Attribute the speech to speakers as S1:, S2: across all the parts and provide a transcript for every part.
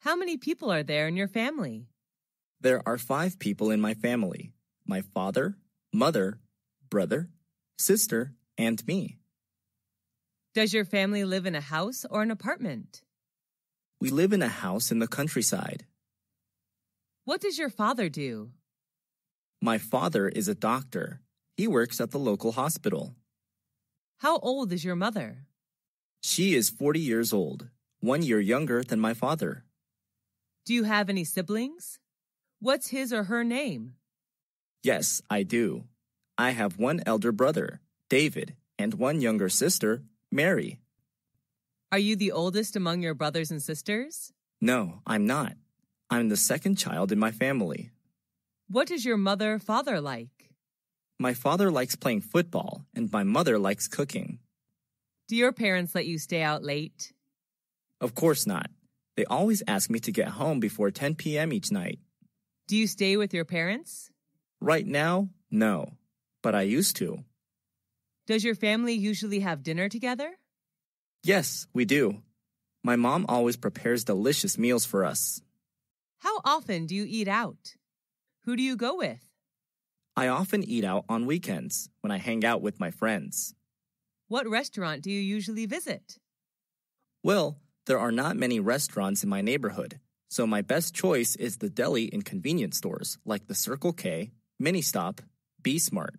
S1: How many people are there in your family?
S2: There are five people in my family my father, mother, brother, sister, and me.
S1: Does your family live in a house or an apartment?
S2: We live in a house in the countryside.
S1: What does your father do?
S2: My father is a doctor. He works at the local hospital.
S1: How old is your mother?
S2: She is 40 years old, one year younger than my father.
S1: Do you have any siblings? What's his or her name?
S2: Yes, I do. I have one elder brother, David, and one younger sister, Mary.
S1: Are you the oldest among your brothers and sisters?
S2: No, I'm not. I'm the second child in my family.
S1: What is your mother father like?
S2: My father likes playing football, and my mother likes cooking.
S1: Do your parents let you stay out late?
S2: Of course not. They always ask me to get home before 10 p.m. each night.
S1: Do you stay with your parents?
S2: Right now, no, but I used to.
S1: Does your family usually have dinner together?
S2: Yes, we do. My mom always prepares delicious meals for us.
S1: How often do you eat out? Who do you go with?
S2: I often eat out on weekends when I hang out with my friends.
S1: What restaurant do you usually visit?
S2: Well, there are not many restaurants in my neighborhood, so my best choice is the deli in convenience stores like the Circle K, Mini Stop, Be Smart.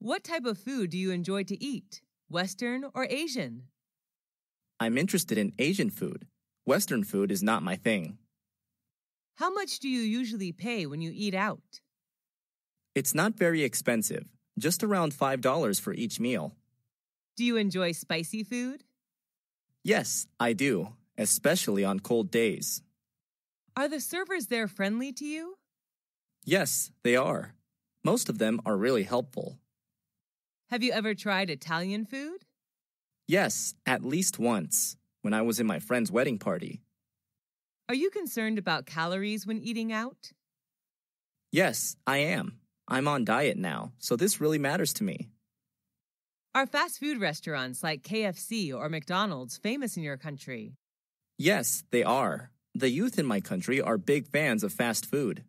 S1: What type of food do you enjoy to eat? Western or Asian?
S2: I'm interested in Asian food. Western food is not my thing.
S1: How much do you usually pay when you eat out?
S2: It's not very expensive, just around $5 for each meal.
S1: Do you enjoy spicy food?
S2: Yes, I do, especially on cold days.
S1: Are the servers there friendly to you?
S2: Yes, they are. Most of them are really helpful.
S1: Have you ever tried Italian food?
S2: Yes, at least once, when I was in my friend's wedding party.
S1: Are you concerned about calories when eating out?
S2: Yes, I am. I'm on diet now, so this really matters to me.
S1: Are fast food restaurants like KFC or McDonald's famous in your country?
S2: Yes, they are. The youth in my country are big fans of fast food.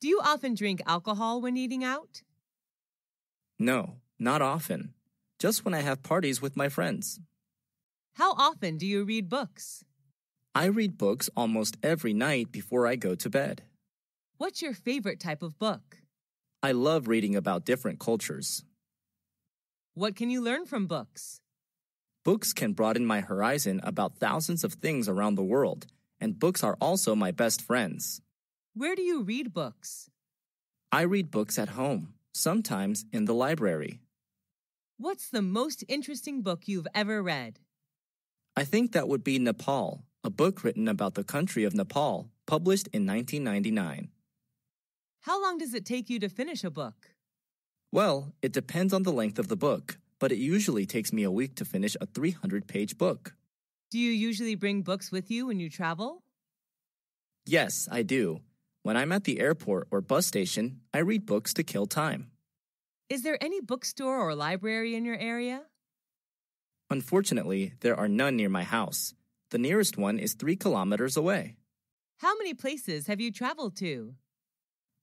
S1: Do you often drink alcohol when eating out?
S2: No, not often. Just when I have parties with my friends.
S1: How often do you read books?
S2: I read books almost every night before I go to bed.
S1: What's your favorite type of book?
S2: I love reading about different cultures.
S1: What can you learn from books?
S2: Books can broaden my horizon about thousands of things around the world, and books are also my best friends.
S1: Where do you read books?
S2: I read books at home, sometimes in the library.
S1: What's the most interesting book you've ever read?
S2: I think that would be Nepal, a book written about the country of Nepal, published in 1999.
S1: How long does it take you to finish a book?
S2: Well, it depends on the length of the book, but it usually takes me a week to finish a 300 page book.
S1: Do you usually bring books with you when you travel?
S2: Yes, I do. When I'm at the airport or bus station, I read books to kill time.
S1: Is there any bookstore or library in your area?
S2: Unfortunately, there are none near my house. The nearest one is three kilometers away.
S1: How many places have you traveled to?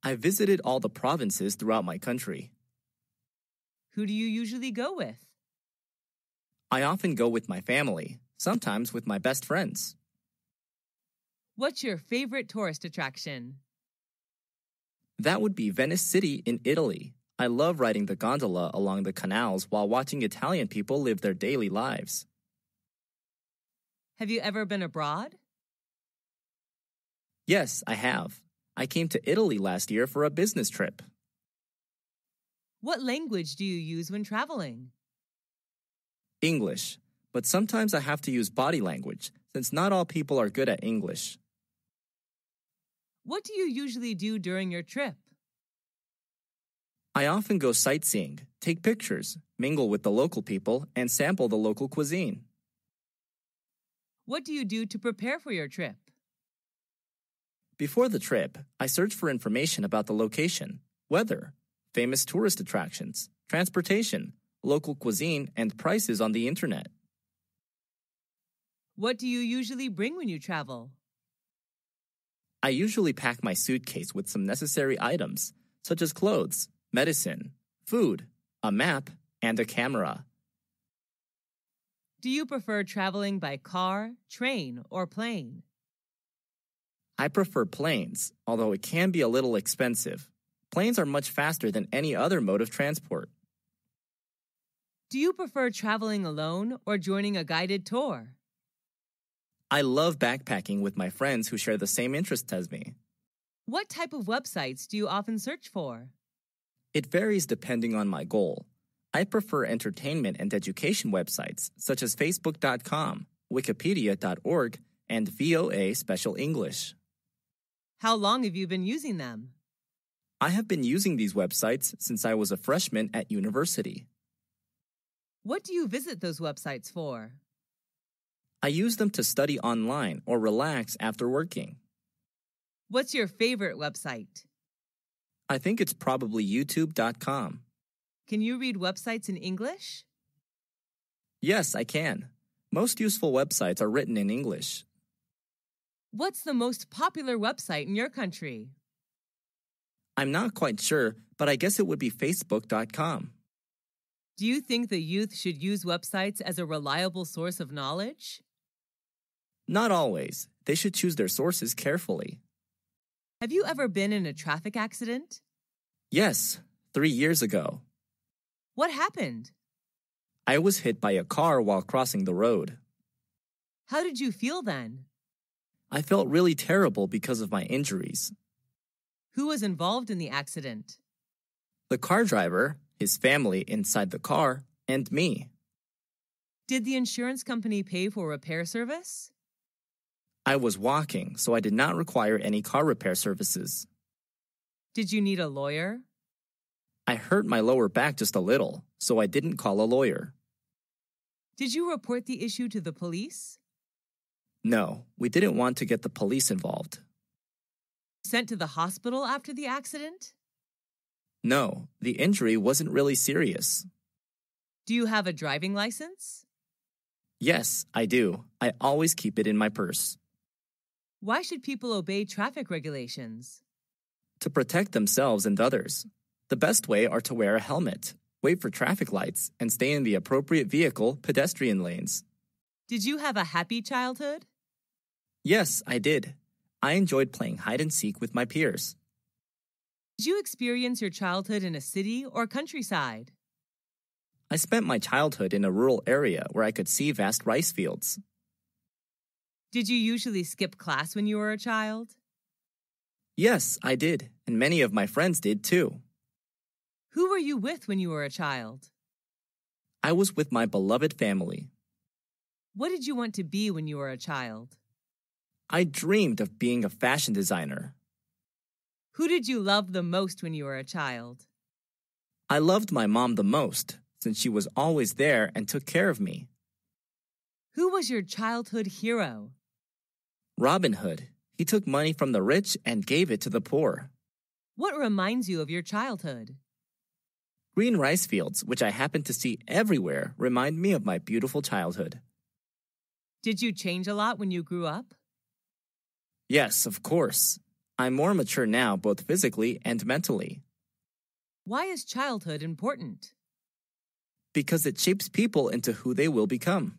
S2: I visited all the provinces throughout my country.
S1: Who do you usually go with?
S2: I often go with my family, sometimes with my best friends.
S1: What's your favorite tourist attraction?
S2: That would be Venice City in Italy. I love riding the gondola along the canals while watching Italian people live their daily lives.
S1: Have you ever been abroad?
S2: Yes, I have. I came to Italy last year for a business trip.
S1: What language do you use when traveling?
S2: English, but sometimes I have to use body language since not all people are good at English.
S1: What do you usually do during your trip?
S2: I often go sightseeing, take pictures, mingle with the local people, and sample the local cuisine.
S1: What do you do to prepare for your trip?
S2: Before the trip, I search for information about the location, weather, famous tourist attractions, transportation, local cuisine, and prices on the internet.
S1: What do you usually bring when you travel?
S2: I usually pack my suitcase with some necessary items, such as clothes, medicine, food, a map, and a camera.
S1: Do you prefer traveling by car, train, or plane?
S2: I prefer planes, although it can be a little expensive. Planes are much faster than any other mode of transport.
S1: Do you prefer traveling alone or joining a guided tour?
S2: I love backpacking with my friends who share the same interests as me.
S1: What type of websites do you often search for?
S2: It varies depending on my goal. I prefer entertainment and education websites such as Facebook.com, Wikipedia.org, and VOA Special English.
S1: How long have you been using them?
S2: I have been using these websites since I was a freshman at university.
S1: What do you visit those websites for?
S2: I use them to study online or relax after working.
S1: What's your favorite website?
S2: I think it's probably YouTube.com.
S1: Can you read websites in English?
S2: Yes, I can. Most useful websites are written in English.
S1: What's the most popular website in your country?
S2: I'm not quite sure, but I guess it would be Facebook.com.
S1: Do you think the youth should use websites as a reliable source of knowledge?
S2: Not always. They should choose their sources carefully.
S1: Have you ever been in a traffic accident?
S2: Yes, three years ago.
S1: What happened?
S2: I was hit by a car while crossing the road.
S1: How did you feel then?
S2: I felt really terrible because of my injuries.
S1: Who was involved in the accident?
S2: The car driver, his family inside the car, and me.
S1: Did the insurance company pay for repair service?
S2: I was walking, so I did not require any car repair services.
S1: Did you need a lawyer?
S2: I hurt my lower back just a little, so I didn't call a lawyer.
S1: Did you report the issue to the police?
S2: No, we didn't want to get the police involved.
S1: Sent to the hospital after the accident?
S2: No, the injury wasn't really serious.
S1: Do you have a driving license?
S2: Yes, I do. I always keep it in my purse.
S1: Why should people obey traffic regulations?
S2: To protect themselves and others, the best way are to wear a helmet, wait for traffic lights, and stay in the appropriate vehicle pedestrian lanes.
S1: Did you have a happy childhood?
S2: Yes, I did. I enjoyed playing hide and seek with my peers.
S1: Did you experience your childhood in a city or countryside?
S2: I spent my childhood in a rural area where I could see vast rice fields.
S1: Did you usually skip class when you were a child?
S2: Yes, I did, and many of my friends did too.
S1: Who were you with when you were a child?
S2: I was with my beloved family.
S1: What did you want to be when you were a child?
S2: I dreamed of being a fashion designer.
S1: Who did you love the most when you were a child?
S2: I loved my mom the most since she was always there and took care of me.
S1: Who was your childhood hero?
S2: Robin Hood. He took money from the rich and gave it to the poor.
S1: What reminds you of your childhood?
S2: Green rice fields, which I happen to see everywhere, remind me of my beautiful childhood.
S1: Did you change a lot when you grew up?
S2: Yes, of course. I'm more mature now, both physically and mentally,
S1: Why is childhood important?
S2: because it shapes people into who they will become.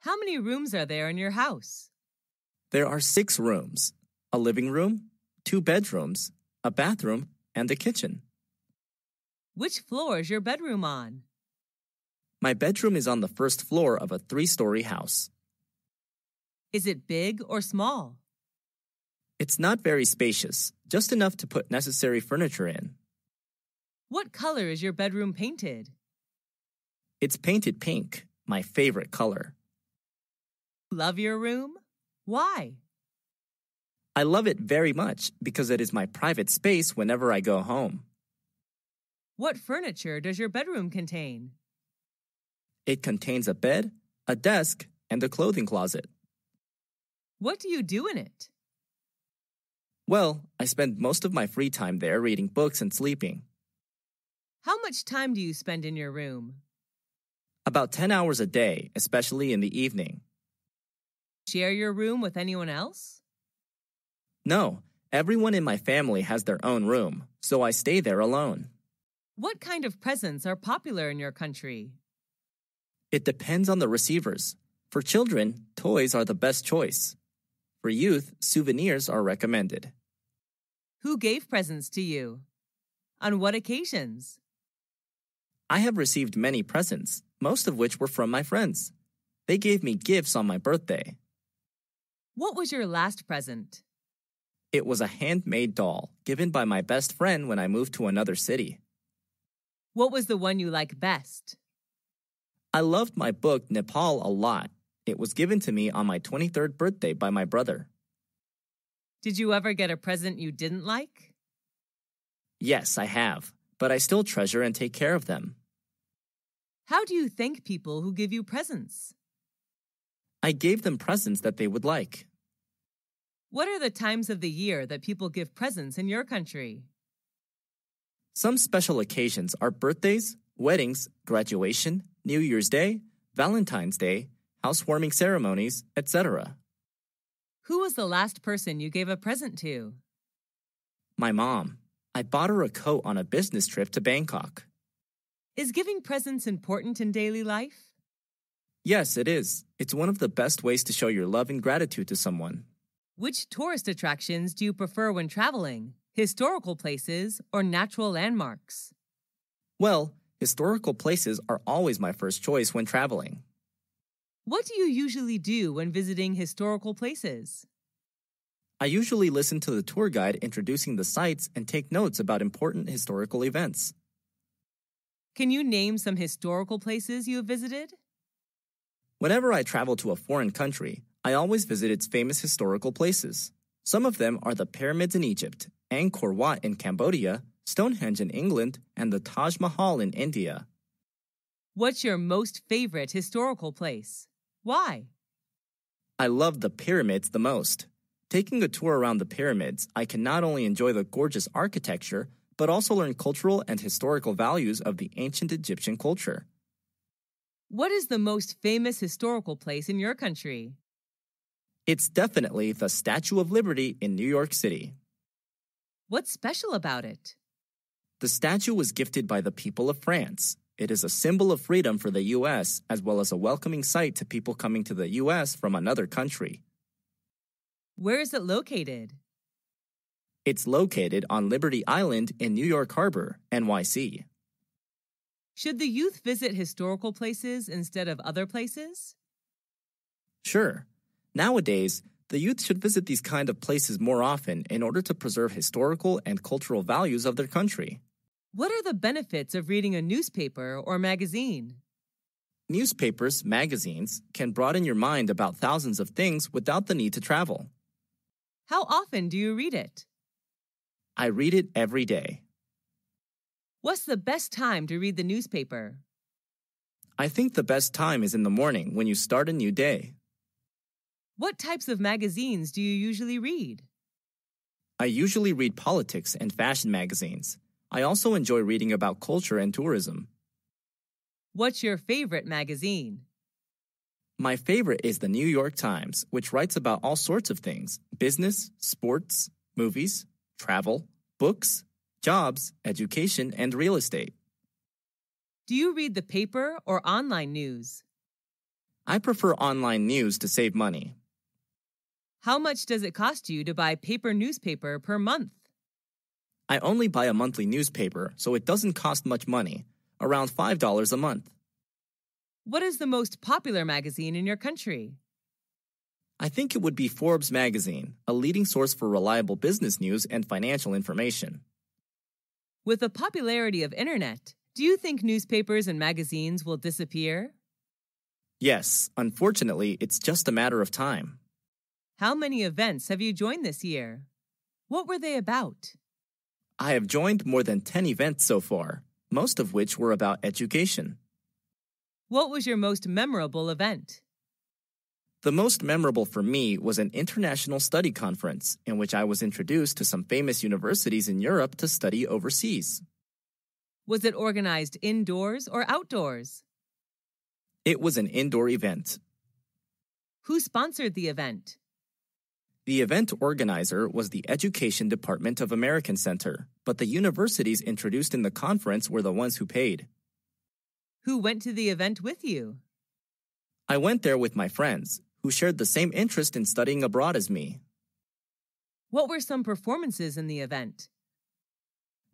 S1: How many rooms are there in your house?
S2: There are six rooms a living room, two bedrooms, a bathroom, and a kitchen.
S1: Which floor is your bedroom on?
S2: My bedroom is on the first floor of a three story house.
S1: Is it big or small?
S2: It's not very spacious, just enough to put necessary furniture in.
S1: What color is your bedroom painted?
S2: It's painted pink, my favorite color.
S1: Love your room? Why?
S2: I love it very much because it is my private space whenever I go home.
S1: What furniture does your bedroom contain?
S2: It contains a bed, a desk, and a clothing closet.
S1: What do you do in it?
S2: Well, I spend most of my free time there reading books and sleeping.
S1: How much time do you spend in your room?
S2: About 10 hours a day, especially in the evening.
S1: Share your room with anyone else?
S2: No, Everyone in my family has their own room, so I stay there alone.
S1: What kind of presents are popular in your country?
S2: It depends on the receivers. For children, toys are the best choice. For youth, souvenirs are recommended.
S1: Who gave presents to you? On what occasions?
S2: I have received many presents, most of which were from my friends. They gave me gifts on my birthday.
S1: What was your last present?
S2: It was a handmade doll given by my best friend when I moved to another city.
S1: What was the one you like best?
S2: I loved my book Nepal a lot. It was given to me on my 23rd birthday by my brother.
S1: Did you ever get a present you didn't like?
S2: Yes, I have, but I still treasure and take care of them.
S1: How do you thank people who give you presents?
S2: I gave them presents that they would like.
S1: What are the times of the year that people give presents in your country?
S2: Some special occasions are birthdays, weddings, graduation, New Year's Day, Valentine's Day, housewarming ceremonies, etc.
S1: Who was the last person you gave a present to?
S2: My mom. I bought her a coat on a business trip to Bangkok.
S1: Is giving presents important in daily life?
S2: Yes, it is. It's one of the best ways to show your love and gratitude to someone.
S1: Which tourist attractions do you prefer when traveling? Historical places or natural landmarks?
S2: Well, historical places are always my first choice when traveling.
S1: What do you usually do when visiting historical places?
S2: I usually listen to the tour guide introducing the sites and take notes about important historical events.
S1: Can you name some historical places you have visited?
S2: Whenever I travel to a foreign country, I always visit its famous historical places. Some of them are the pyramids in Egypt, Angkor Wat in Cambodia, Stonehenge in England, and the Taj Mahal in India.
S1: What's your most favorite historical place? Why?
S2: I love the pyramids the most. Taking a tour around the pyramids, I can not only enjoy the gorgeous architecture, but also learn cultural and historical values of the ancient Egyptian culture.
S1: What is the most famous historical place in your country?
S2: It's definitely the Statue of Liberty in New York City.
S1: What's special about it?
S2: The statue was gifted by the people of France. It is a symbol of freedom for the U.S., as well as a welcoming sight to people coming to the U.S. from another country.
S1: Where is it located?
S2: It's located on Liberty Island in New York Harbor, NYC.
S1: Should the youth visit historical places instead of other places?
S2: Sure. Nowadays, the youth should visit these kind of places more often in order to preserve historical and cultural values of their country.
S1: What are the benefits of reading a newspaper or magazine?
S2: Newspapers, magazines can broaden your mind about thousands of things without the need to travel.
S1: How often do you read it?
S2: I read it every day.
S1: What's the best time to read the newspaper?
S2: I think the best time is in the morning when you start a new day.
S1: What types of magazines do you usually read?
S2: I usually read politics and fashion magazines. I also enjoy reading about culture and tourism.
S1: What's your favorite magazine?
S2: My favorite is the New York Times, which writes about all sorts of things business, sports, movies, travel, books, jobs, education, and real estate.
S1: Do you read the paper or online news?
S2: I prefer online news to save money.
S1: How much does it cost you to buy paper newspaper per month?
S2: I only buy a monthly newspaper, so it doesn't cost much money, around $5 a month.
S1: What is the most popular magazine in your country?
S2: I think it would be Forbes magazine, a leading source for reliable business news and financial information.
S1: With the popularity of internet, do you think newspapers and magazines will disappear?
S2: Yes, unfortunately, it's just a matter of time.
S1: How many events have you joined this year? What were they about?
S2: I have joined more than 10 events so far, most of which were about education.
S1: What was your most memorable event?
S2: The most memorable for me was an international study conference in which I was introduced to some famous universities in Europe to study overseas.
S1: Was it organized indoors or outdoors?
S2: It was an indoor event.
S1: Who sponsored the event?
S2: The event organizer was the Education Department of American Center, but the universities introduced in the conference were the ones who paid.
S1: Who went to the event with you?
S2: I went there with my friends, who shared the same interest in studying abroad as me.
S1: What were some performances in the event?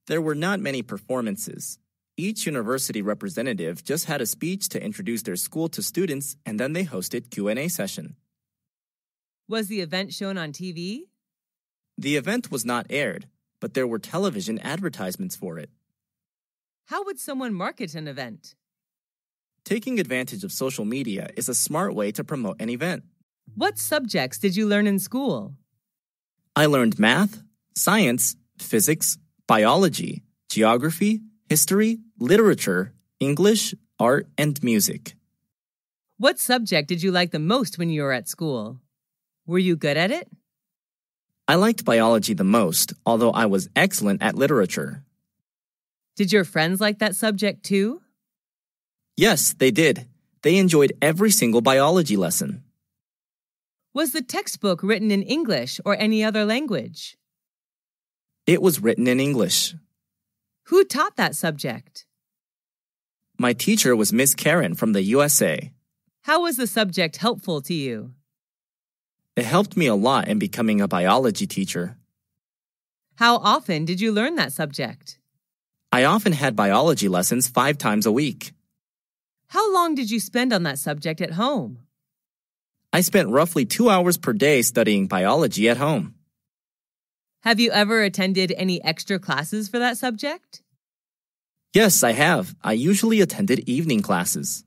S2: There were not many performances. Each university representative just had a speech to introduce their school to students and then they hosted Q&A session.
S1: Was the event shown on TV?
S2: The event was not aired, but there were television advertisements for it.
S1: How would someone market an event?
S2: Taking advantage of social media is a smart way to promote an event.
S1: What subjects did you learn in school?
S2: I learned math, science, physics, biology, geography, history, literature, English, art, and music.
S1: What subject did you like the most when you were at school? Were you good at it?
S2: I liked biology the most, although I was excellent at literature.
S1: Did your friends like that subject too?
S2: Yes, they did. They enjoyed every single biology lesson.
S1: Was the textbook written in English or any other language?
S2: It was written in English.
S1: Who taught that subject?
S2: My teacher was Miss Karen from the USA.
S1: How was the subject helpful to you?
S2: It helped me a lot in becoming a biology teacher.
S1: How often did you learn that subject?
S2: I often had biology lessons five times a week.
S1: How long did you spend on that subject at home?
S2: I spent roughly two hours per day studying biology at home.
S1: Have you ever attended any extra classes for that subject?
S2: Yes, I have. I usually attended evening classes.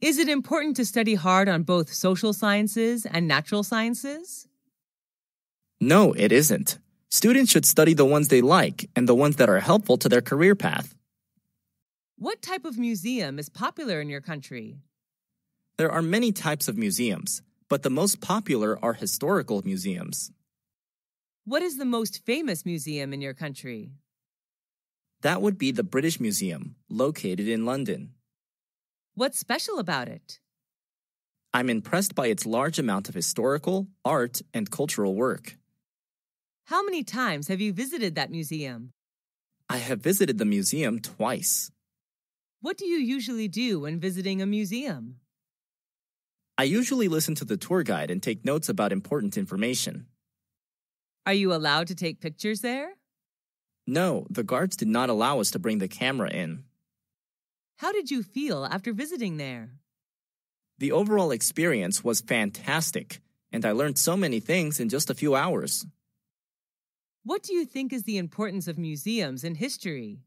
S1: Is it important to study hard on both social sciences and natural sciences?
S2: No, it isn't. Students should study the ones they like and the ones that are helpful to their career path.
S1: What type of museum is popular in your country?
S2: There are many types of museums, but the most popular are historical museums.
S1: What is the most famous museum in your country?
S2: That would be the British Museum, located in London.
S1: What's special about it?
S2: I'm impressed by its large amount of historical, art, and cultural work.
S1: How many times have you visited that museum?
S2: I have visited the museum twice.
S1: What do you usually do when visiting a museum?
S2: I usually listen to the tour guide and take notes about important information.
S1: Are you allowed to take pictures there?
S2: No, the guards did not allow us to bring the camera in.
S1: How did you feel after visiting there?
S2: The overall experience was fantastic, and I learned so many things in just a few hours.
S1: What do you think is the importance of museums in history?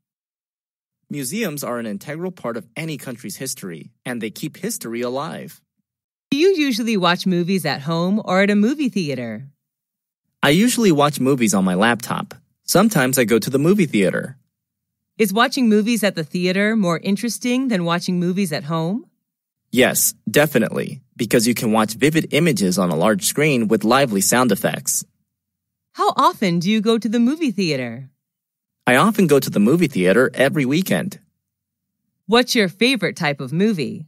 S2: Museums are an integral part of any country's history, and they keep history alive.
S1: Do you usually watch movies at home or at a movie theater?
S2: I usually watch movies on my laptop. Sometimes I go to the movie theater.
S1: Is watching movies at the theater more interesting than watching movies at home?
S2: Yes, definitely, because you can watch vivid images on a large screen with lively sound effects.
S1: How often do you go to the movie theater?
S2: I often go to the movie theater every weekend.
S1: What's your favorite type of movie?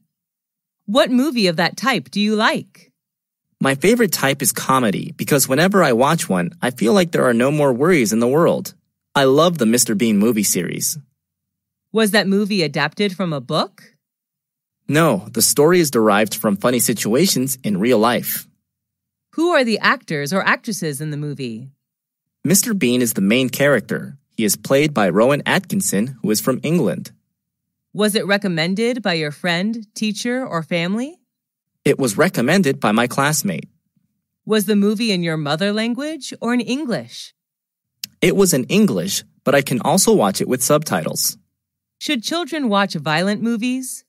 S1: What movie of that type do you like?
S2: My favorite type is comedy because whenever I watch one, I feel like there are no more worries in the world. I love the Mr. Bean movie series.
S1: Was that movie adapted from a book?
S2: No, the story is derived from funny situations in real life.
S1: Who are the actors or actresses in the movie?
S2: Mr. Bean is the main character. He is played by Rowan Atkinson, who is from England.
S1: Was it recommended by your friend, teacher, or family?
S2: It was recommended by my classmate.
S1: Was the movie in your mother language or in English?
S2: It was in English, but I can also watch it with subtitles.
S1: Should children watch violent movies?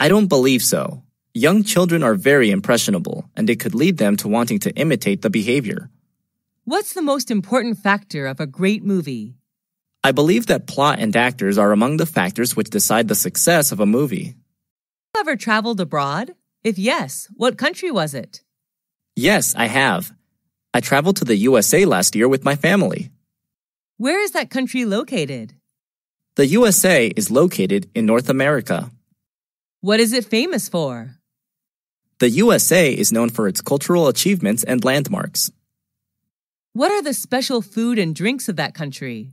S2: I don't believe so. Young children are very impressionable, and it could lead them to wanting to imitate the behavior.
S1: What's the most important factor of a great movie?
S2: I believe that plot and actors are among the factors which decide the success of a movie.
S1: Have you ever traveled abroad? If yes, what country was it?
S2: Yes, I have. I traveled to the USA last year with my family.
S1: Where is that country located?
S2: The USA is located in North America.
S1: What is it famous for?
S2: The USA is known for its cultural achievements and landmarks.
S1: What are the special food and drinks of that country?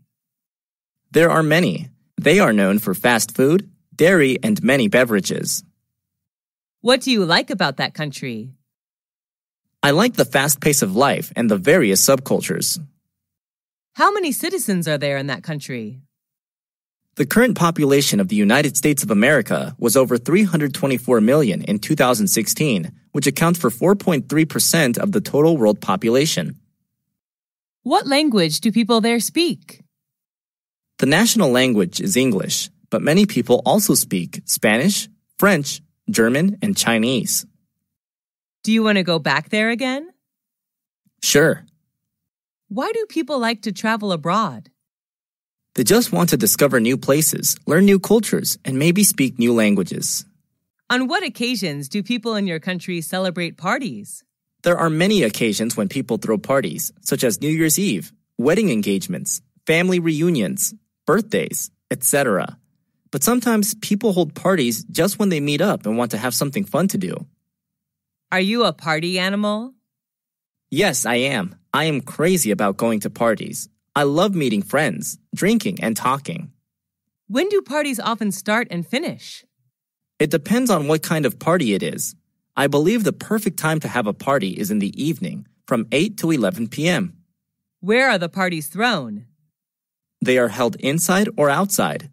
S2: There are many. They are known for fast food, dairy, and many beverages.
S1: What do you like about that country?
S2: I like the fast pace of life and the various subcultures.
S1: How many citizens are there in that country?
S2: The current population of the United States of America was over 324 million in 2016, which accounts for 4.3% of the total world population.
S1: What language do people there speak?
S2: The national language is English, but many people also speak Spanish, French, German, and Chinese.
S1: Do you want to go back there again?
S2: Sure,
S1: Why do people like to travel abroad?
S2: they just want to discover new places, learn new cultures, and maybe speak new languages.
S1: On what occasions do people in your country celebrate parties?
S2: There are many occasions when people throw parties, such as New Year's Eve, wedding engagements, family reunions, birthdays, etc. But sometimes people hold parties just when they meet up and want to have something fun to do.
S1: Are you a party animal?
S2: Yes, I am. I am crazy about going to parties. I love meeting friends, drinking, and talking.
S1: When do parties often start and finish?
S2: It depends on what kind of party it is. I believe the perfect time to have a party is in the evening, from 8 to 11 p.m.
S1: Where are the parties thrown?
S2: They are held inside or outside.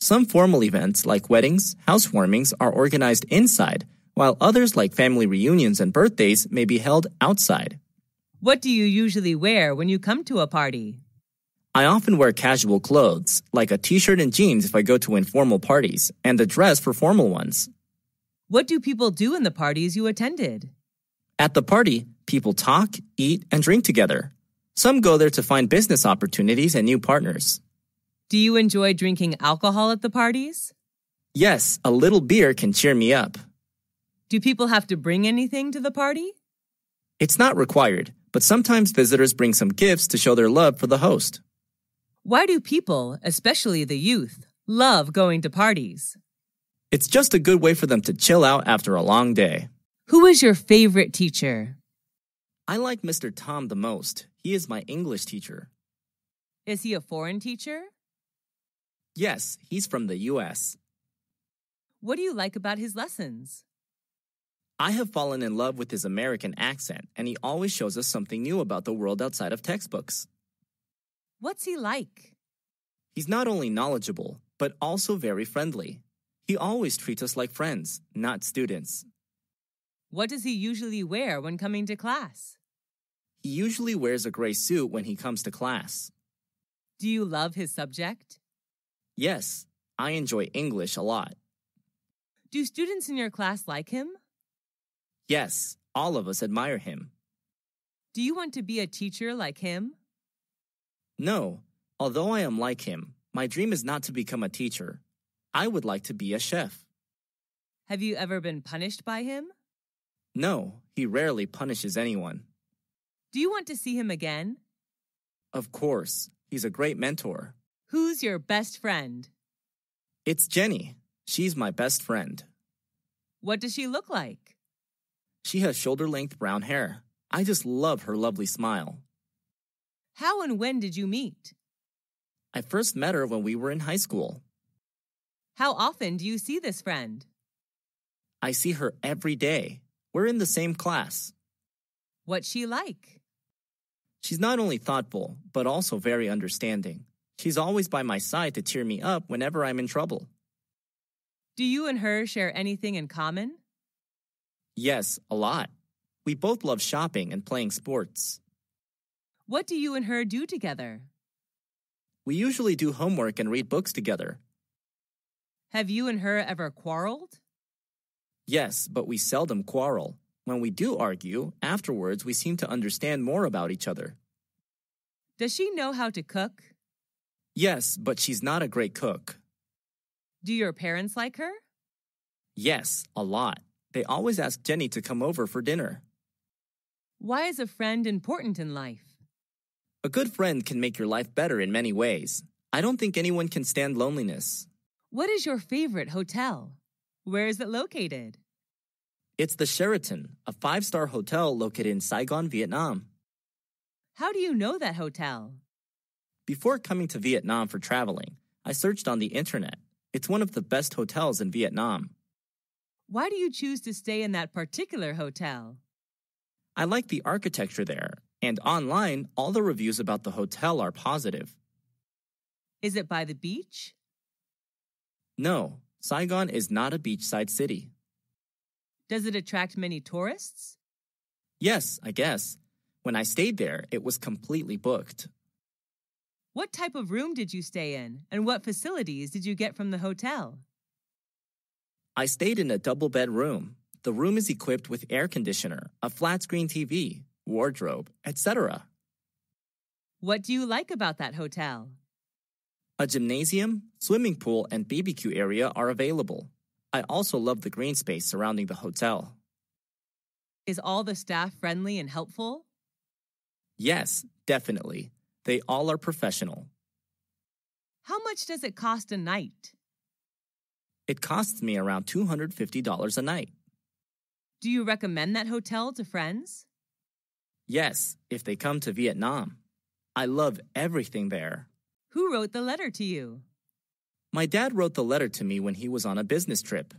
S2: Some formal events, like weddings, housewarmings, are organized inside, while others, like family reunions and birthdays, may be held outside.
S1: What do you usually wear when you come to a party?
S2: I often wear casual clothes, like a t shirt and jeans if I go to informal parties, and a dress for formal ones.
S1: What do people do in the parties you attended?
S2: At the party, people talk, eat, and drink together. Some go there to find business opportunities and new partners.
S1: Do you enjoy drinking alcohol at the parties?
S2: Yes, a little beer can cheer me up.
S1: Do people have to bring anything to the party?
S2: It's not required, but sometimes visitors bring some gifts to show their love for the host.
S1: Why do people, especially the youth, love going to parties?
S2: It's just a good way for them to chill out after a long day.
S1: Who is your favorite teacher?
S2: I like Mr. Tom the most. He is my English teacher.
S1: Is he a foreign teacher?
S2: Yes, he's from the US.
S1: What do you like about his lessons?
S2: I have fallen in love with his American accent, and he always shows us something new about the world outside of textbooks.
S1: What's he like?
S2: He's not only knowledgeable, but also very friendly. He always treats us like friends, not students.
S1: What does he usually wear when coming to class?
S2: He usually wears a gray suit when he comes to class.
S1: Do you love his subject?
S2: Yes, I enjoy English a lot.
S1: Do students in your class like him?
S2: Yes, all of us admire him.
S1: Do you want to be a teacher like him?
S2: No, although I am like him, my dream is not to become a teacher. I would like to be a chef.
S1: Have you ever been punished by him?
S2: No, he rarely punishes anyone.
S1: Do you want to see him again?
S2: Of course, he's a great mentor.
S1: Who's your best friend?
S2: It's Jenny. She's my best friend.
S1: What does she look like?
S2: She has shoulder length brown hair. I just love her lovely smile.
S1: How and when did you meet?
S2: I first met her when we were in high school.
S1: How often do you see this friend?
S2: I see her every day. We're in the same class.
S1: What's she like?
S2: She's not only thoughtful, but also very understanding. She's always by my side to cheer me up whenever I'm in trouble.
S1: Do you and her share anything in common?
S2: Yes, a lot. We both love shopping and playing sports.
S1: What do you and her do together?
S2: We usually do homework and read books together.
S1: Have you and her ever quarreled?
S2: Yes, but we seldom quarrel. When we do argue, afterwards we seem to understand more about each other.
S1: Does she know how to cook?
S2: Yes, but she's not a great cook.
S1: Do your parents like her?
S2: Yes, a lot. They always ask Jenny to come over for dinner.
S1: Why is a friend important in life?
S2: A good friend can make your life better in many ways. I don't think anyone can stand loneliness.
S1: What is your favorite hotel? Where is it located?
S2: It's the Sheraton, a five star hotel located in Saigon, Vietnam.
S1: How do you know that hotel?
S2: Before coming to Vietnam for traveling, I searched on the internet. It's one of the best hotels in Vietnam.
S1: Why do you choose to stay in that particular hotel?
S2: I like the architecture there, and online, all the reviews about the hotel are positive.
S1: Is it by the beach?
S2: No, Saigon is not a beachside city.
S1: Does it attract many tourists?
S2: Yes, I guess. When I stayed there, it was completely booked.
S1: What type of room did you stay in, and what facilities did you get from the hotel?
S2: I stayed in a double bed room. The room is equipped with air conditioner, a flat screen TV, wardrobe, etc.
S1: What do you like about that hotel?
S2: A gymnasium, swimming pool, and BBQ area are available. I also love the green space surrounding the hotel.
S1: Is all the staff friendly and helpful?
S2: Yes, definitely. They all are professional.
S1: How much does it cost a night?
S2: It costs me around $250 a night.
S1: Do you recommend that hotel to friends?
S2: Yes, if they come to Vietnam. I love everything there.
S1: Who wrote the letter to you?
S2: My dad wrote the letter to me when he was on a business trip.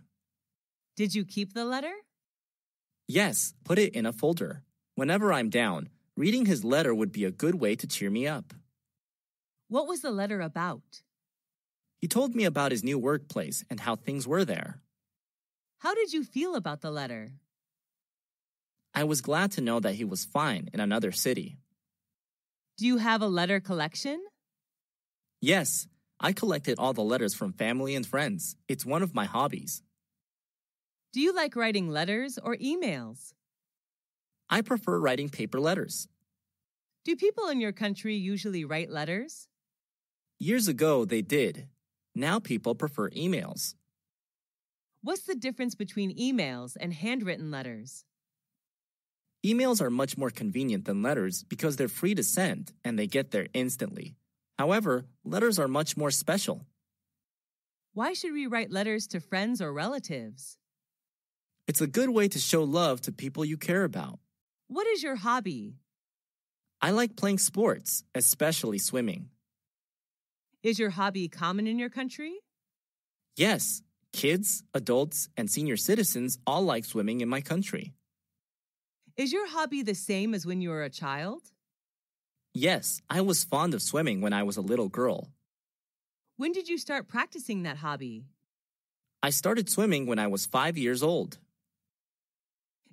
S1: Did you keep the letter?
S2: Yes, put it in a folder. Whenever I'm down, reading his letter would be a good way to cheer me up.
S1: What was the letter about?
S2: He told me about his new workplace and how things were there.
S1: How did you feel about the letter?
S2: I was glad to know that he was fine in another city.
S1: Do you have a letter collection?
S2: Yes, I collected all the letters from family and friends. It's one of my hobbies.
S1: Do you like writing letters or emails?
S2: I prefer writing paper letters.
S1: Do people in your country usually write letters?
S2: Years ago, they did. Now people prefer emails.
S1: What's the difference between emails and handwritten letters?
S2: Emails are much more convenient than letters because they're free to send and they get there instantly. However, letters are much more special.
S1: Why should we write letters to friends or relatives?
S2: It's a good way to show love to people you care about.
S1: What is your hobby?
S2: I like playing sports, especially swimming.
S1: Is your hobby common in your country?
S2: Yes, kids, adults, and senior citizens all like swimming in my country.
S1: Is your hobby the same as when you were a child?
S2: Yes, I was fond of swimming when I was a little girl.
S1: When did you start practicing that hobby?
S2: I started swimming when I was five years old.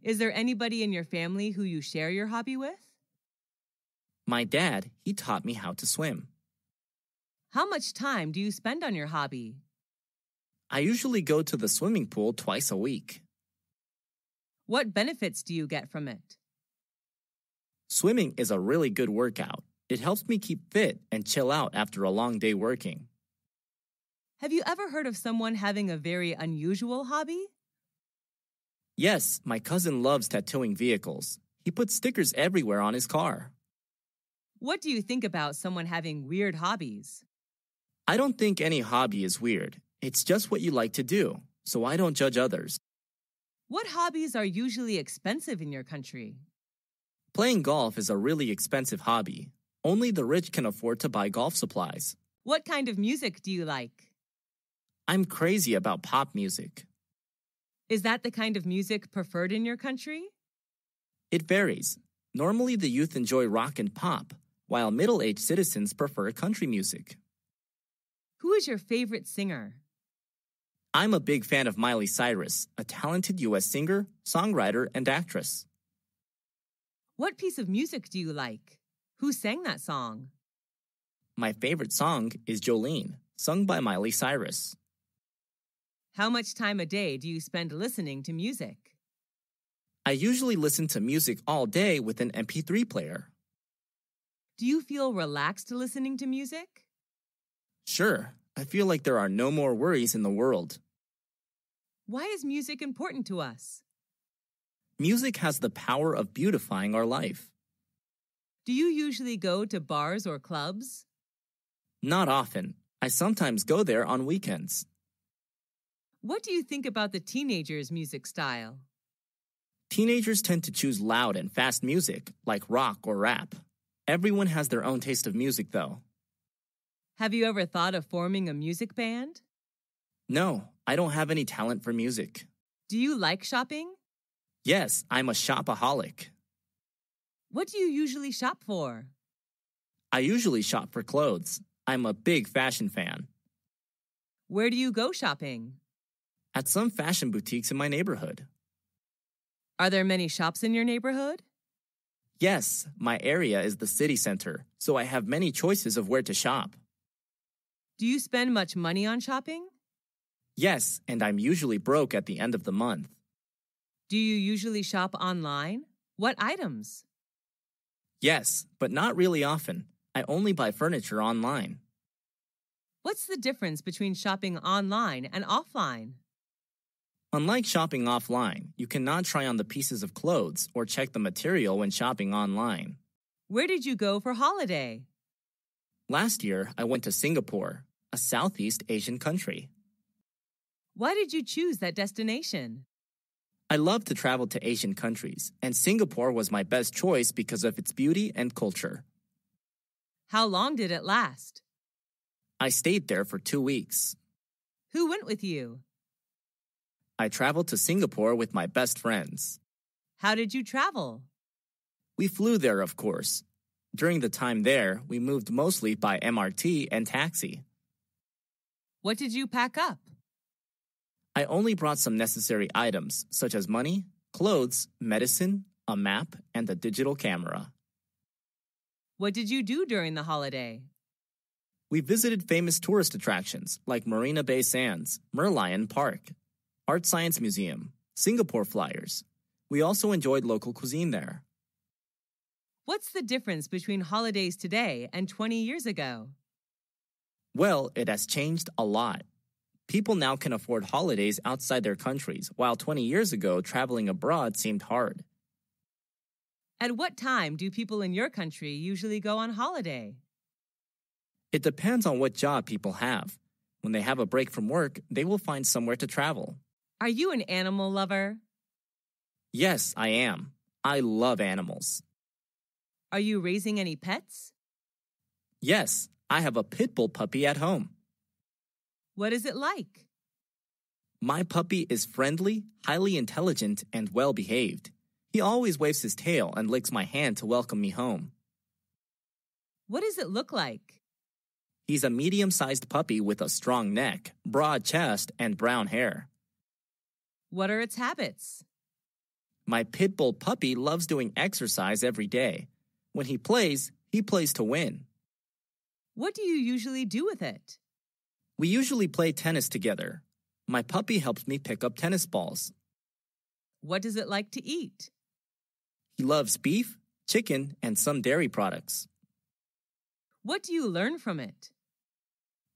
S1: Is there anybody in your family who you share your hobby with?
S2: My dad, he taught me how to swim.
S1: How much time do you spend on your hobby?
S2: I usually go to the swimming pool twice a week.
S1: What benefits do you get from it?
S2: Swimming is a really good workout. It helps me keep fit and chill out after a long day working.
S1: Have you ever heard of someone having a very unusual hobby?
S2: Yes, my cousin loves tattooing vehicles. He puts stickers everywhere on his car.
S1: What do you think about someone having weird hobbies?
S2: I don't think any hobby is weird. It's just what you like to do, so I don't judge others.
S1: What hobbies are usually expensive in your country?
S2: Playing golf is a really expensive hobby. Only the rich can afford to buy golf supplies.
S1: What kind of music do you like?
S2: I'm crazy about pop music.
S1: Is that the kind of music preferred in your country?
S2: It varies. Normally, the youth enjoy rock and pop, while middle aged citizens prefer country music.
S1: Who is your favorite singer?
S2: I'm a big fan of Miley Cyrus, a talented U.S. singer, songwriter, and actress.
S1: What piece of music do you like? Who sang that song?
S2: My favorite song is Jolene, sung by Miley Cyrus.
S1: How much time a day do you spend listening to music?
S2: I usually listen to music all day with an MP3 player.
S1: Do you feel relaxed listening to music?
S2: Sure, I feel like there are no more worries in the world.
S1: Why is music important to us?
S2: Music has the power of beautifying our life.
S1: Do you usually go to bars or clubs?
S2: Not often. I sometimes go there on weekends.
S1: What do you think about the teenagers' music style?
S2: Teenagers tend to choose loud and fast music, like rock or rap. Everyone has their own taste of music, though.
S1: Have you ever thought of forming a music band?
S2: No, I don't have any talent for music.
S1: Do you like shopping?
S2: Yes, I'm a shopaholic.
S1: What do you usually shop for?
S2: I usually shop for clothes. I'm a big fashion fan.
S1: Where do you go shopping?
S2: At some fashion boutiques in my neighborhood.
S1: Are there many shops in your neighborhood?
S2: Yes, my area is the city center, so I have many choices of where to shop.
S1: Do you spend much money on shopping?
S2: Yes, and I'm usually broke at the end of the month.
S1: Do you usually shop online? What items?
S2: Yes, but not really often. I only buy furniture online.
S1: What's the difference between shopping online and offline?
S2: Unlike shopping offline, you cannot try on the pieces of clothes or check the material when shopping online.
S1: Where did you go for holiday?
S2: Last year, I went to Singapore, a Southeast Asian country.
S1: Why did you choose that destination?
S2: I love to travel to Asian countries, and Singapore was my best choice because of its beauty and culture.
S1: How long did it last?
S2: I stayed there for two weeks.
S1: Who went with you?
S2: I traveled to Singapore with my best friends.
S1: How did you travel?
S2: We flew there, of course. During the time there, we moved mostly by MRT and taxi.
S1: What did you pack up?
S2: I only brought some necessary items, such as money, clothes, medicine, a map, and a digital camera.
S1: What did you do during the holiday?
S2: We visited famous tourist attractions like Marina Bay Sands, Merlion Park, Art Science Museum, Singapore Flyers. We also enjoyed local cuisine there.
S1: What's the difference between holidays today and 20 years ago?
S2: Well, it has changed a lot. People now can afford holidays outside their countries, while 20 years ago, traveling abroad seemed hard.
S1: At what time do people in your country usually go on holiday?
S2: It depends on what job people have. When they have a break from work, they will find somewhere to travel.
S1: Are you an animal lover?
S2: Yes, I am. I love animals.
S1: Are you raising any pets?
S2: Yes, I have a pit bull puppy at home.
S1: What is it like?
S2: My puppy is friendly, highly intelligent, and well behaved. He always waves his tail and licks my hand to welcome me home.
S1: What does it look like?
S2: He's a medium sized puppy with a strong neck, broad chest, and brown hair.
S1: What are its habits?
S2: My pit bull puppy loves doing exercise every day. When he plays, he plays to win.
S1: What do you usually do with it?
S2: We usually play tennis together. My puppy helps me pick up tennis balls.
S1: What does it like to eat?
S2: He loves beef, chicken, and some dairy products.
S1: What do you learn from it?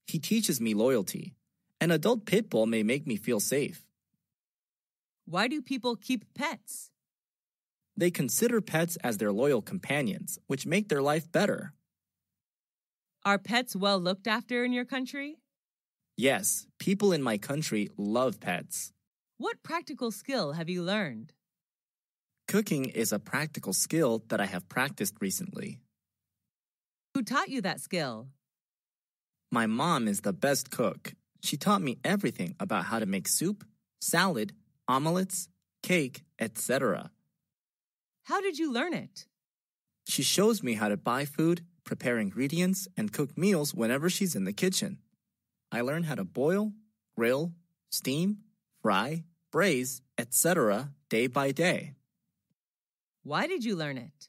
S2: He teaches me loyalty. An adult pit bull may make me feel safe.
S1: Why do people keep pets?
S2: They consider pets as their loyal companions, which make their life better.
S1: Are pets well looked after in your country?
S2: Yes, people in my country love pets.
S1: What practical skill have you learned?
S2: Cooking is a practical skill that I have practiced recently.
S1: Who taught you that skill?
S2: My mom is the best cook. She taught me everything about how to make soup, salad, omelets, cake, etc.
S1: How did you learn it?
S2: She shows me how to buy food, prepare ingredients, and cook meals whenever she's in the kitchen. I learn how to boil, grill, steam, fry, braise, etc. day by day.
S1: Why did you learn it?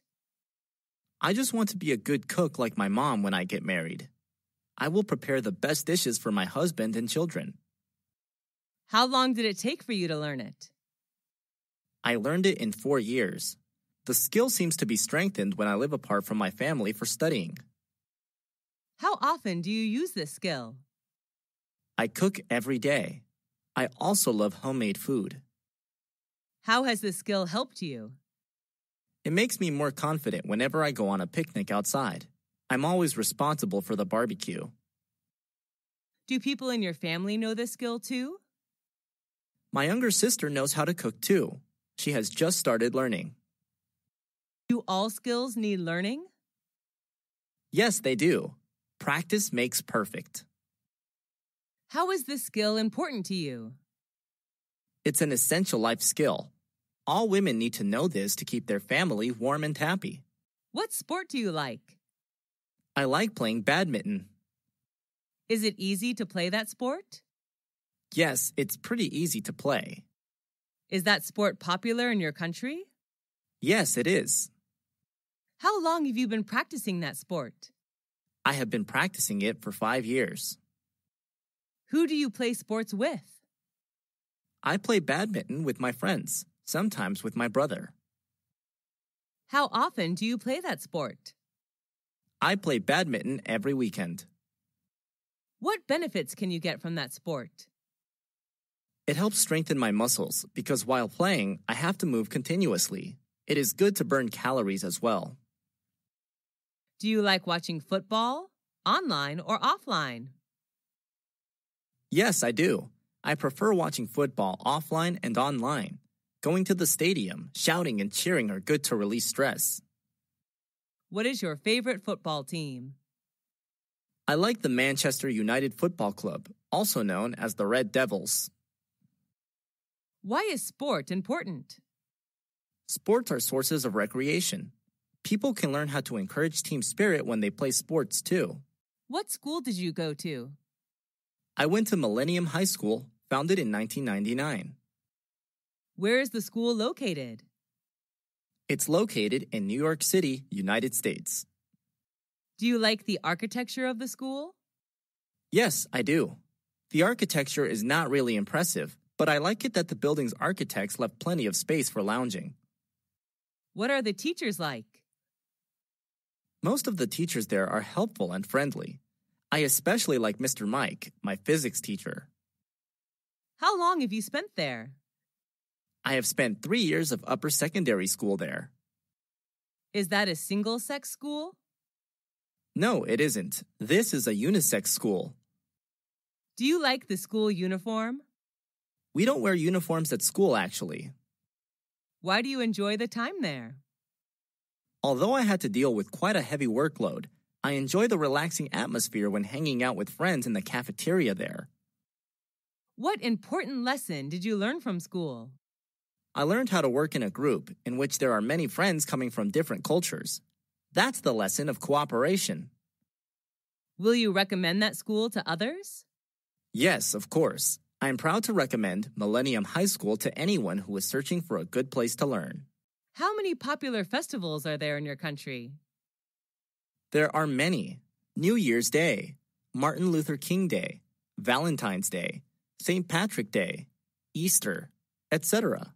S2: I just want to be a good cook like my mom when I get married. I will prepare the best dishes for my husband and children.
S1: How long did it take for you to learn it?
S2: I learned it in four years. The skill seems to be strengthened when I live apart from my family for studying.
S1: How often do you use this skill?
S2: I cook every day. I also love homemade food.
S1: How has this skill helped you?
S2: It makes me more confident whenever I go on a picnic outside. I'm always responsible for the barbecue.
S1: Do people in your family know this skill too?
S2: My younger sister knows how to cook too. She has just started learning.
S1: Do all skills need learning?
S2: Yes, they do. Practice makes perfect.
S1: How is this skill important to you?
S2: It's an essential life skill. All women need to know this to keep their family warm and happy.
S1: What sport do you like?
S2: I like playing badminton.
S1: Is it easy to play that sport?
S2: Yes, it's pretty easy to play.
S1: Is that sport popular in your country?
S2: Yes, it is.
S1: How long have you been practicing that sport?
S2: I have been practicing it for five years.
S1: Who do you play sports with?
S2: I play badminton with my friends, sometimes with my brother.
S1: How often do you play that sport?
S2: I play badminton every weekend.
S1: What benefits can you get from that sport?
S2: It helps strengthen my muscles because while playing, I have to move continuously. It is good to burn calories as well.
S1: Do you like watching football, online or offline?
S2: Yes, I do. I prefer watching football offline and online. Going to the stadium, shouting and cheering are good to release stress.
S1: What is your favorite football team?
S2: I like the Manchester United Football Club, also known as the Red Devils.
S1: Why is sport important?
S2: Sports are sources of recreation. People can learn how to encourage team spirit when they play sports too.
S1: What school did you go to?
S2: I went to Millennium High School, founded in 1999.
S1: Where is the school located?
S2: It's located in New York City, United States.
S1: Do you like the architecture of the school?
S2: Yes, I do. The architecture is not really impressive, but I like it that the building's architects left plenty of space for lounging.
S1: What are the teachers like?
S2: Most of the teachers there are helpful and friendly. I especially like Mr. Mike, my physics teacher.
S1: How long have you spent there?
S2: I have spent three years of upper secondary school there.
S1: Is that a single sex school?
S2: No, it isn't. This is a unisex school.
S1: Do you like the school uniform?
S2: We don't wear uniforms at school, actually.
S1: Why do you enjoy the time there?
S2: Although I had to deal with quite a heavy workload, I enjoy the relaxing atmosphere when hanging out with friends in the cafeteria there.
S1: What important lesson did you learn from school?
S2: I learned how to work in a group in which there are many friends coming from different cultures. That's the lesson of cooperation.
S1: Will you recommend that school to others?
S2: Yes, of course. I'm proud to recommend Millennium High School to anyone who is searching for a good place to learn.
S1: How many popular festivals are there in your country?
S2: There are many New Year's Day, Martin Luther King Day, Valentine's Day, St. Patrick Day, Easter, etc.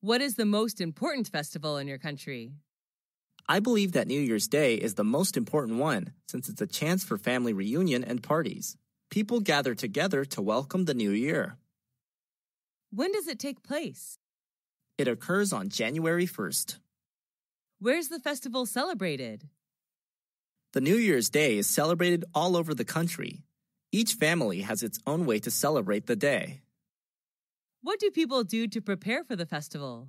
S1: What is the most important festival in your country?
S2: I believe that New Year's Day is the most important one since it's a chance for family reunion and parties. People gather together to welcome the new year.
S1: When does it take place?
S2: It occurs on January 1st.
S1: Where's the festival celebrated?
S2: The New Year's Day is celebrated all over the country. Each family has its own way to celebrate the day.
S1: What do people do to prepare for the festival?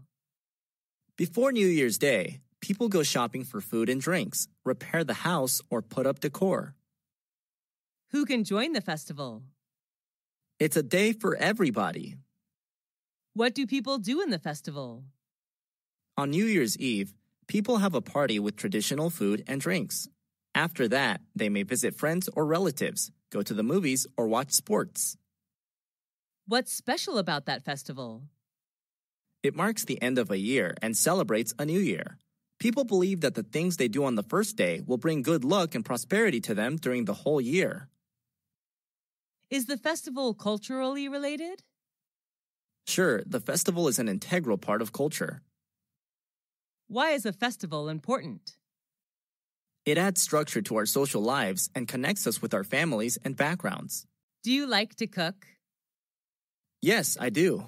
S2: Before New Year's Day, people go shopping for food and drinks, repair the house, or put up decor.
S1: Who can join the festival?
S2: It's a day for everybody.
S1: What do people do in the festival?
S2: On New Year's Eve, people have a party with traditional food and drinks. After that, they may visit friends or relatives, go to the movies, or watch sports.
S1: What's special about that festival?
S2: It marks the end of a year and celebrates a new year. People believe that the things they do on the first day will bring good luck and prosperity to them during the whole year.
S1: Is the festival culturally related?
S2: Sure, the festival is an integral part of culture.
S1: Why is a festival important?
S2: It adds structure to our social lives and connects us with our families and backgrounds.
S1: Do you like to cook?
S2: Yes, I do.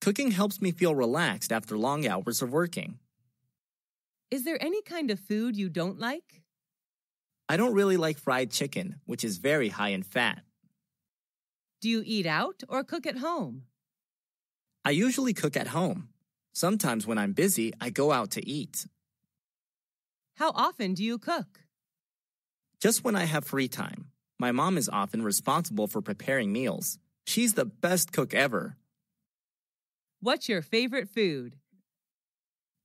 S2: Cooking helps me feel relaxed after long hours of working.
S1: Is there any kind of food you don't like?
S2: I don't really like fried chicken, which is very high in fat.
S1: Do you eat out or cook at home?
S2: I usually cook at home. Sometimes when I'm busy, I go out to eat.
S1: How often do you cook?
S2: Just when I have free time. My mom is often responsible for preparing meals. She's the best cook ever.
S1: What's your favorite food?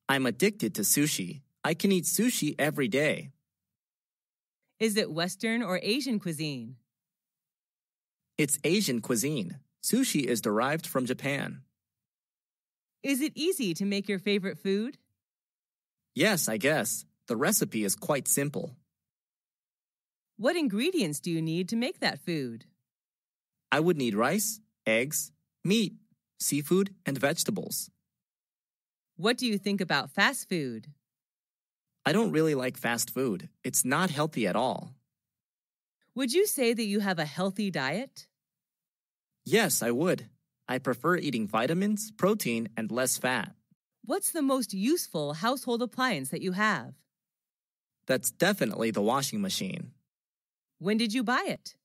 S2: I'm addicted to sushi. I can eat sushi every day.
S1: Is it Western or Asian cuisine?
S2: It's Asian cuisine. Sushi is derived from Japan.
S1: Is it easy to make your favorite food?
S2: Yes, I guess. The recipe is quite simple.
S1: What ingredients do you need to make that food?
S2: I would need rice, eggs, meat, seafood, and vegetables.
S1: What do you think about fast food?
S2: I don't really like fast food. It's not healthy at all.
S1: Would you say that you have a healthy diet?
S2: Yes, I would. I prefer eating vitamins, protein, and less fat.
S1: What's the most useful household appliance that you have?
S2: That's definitely the washing machine.
S1: When did you buy it?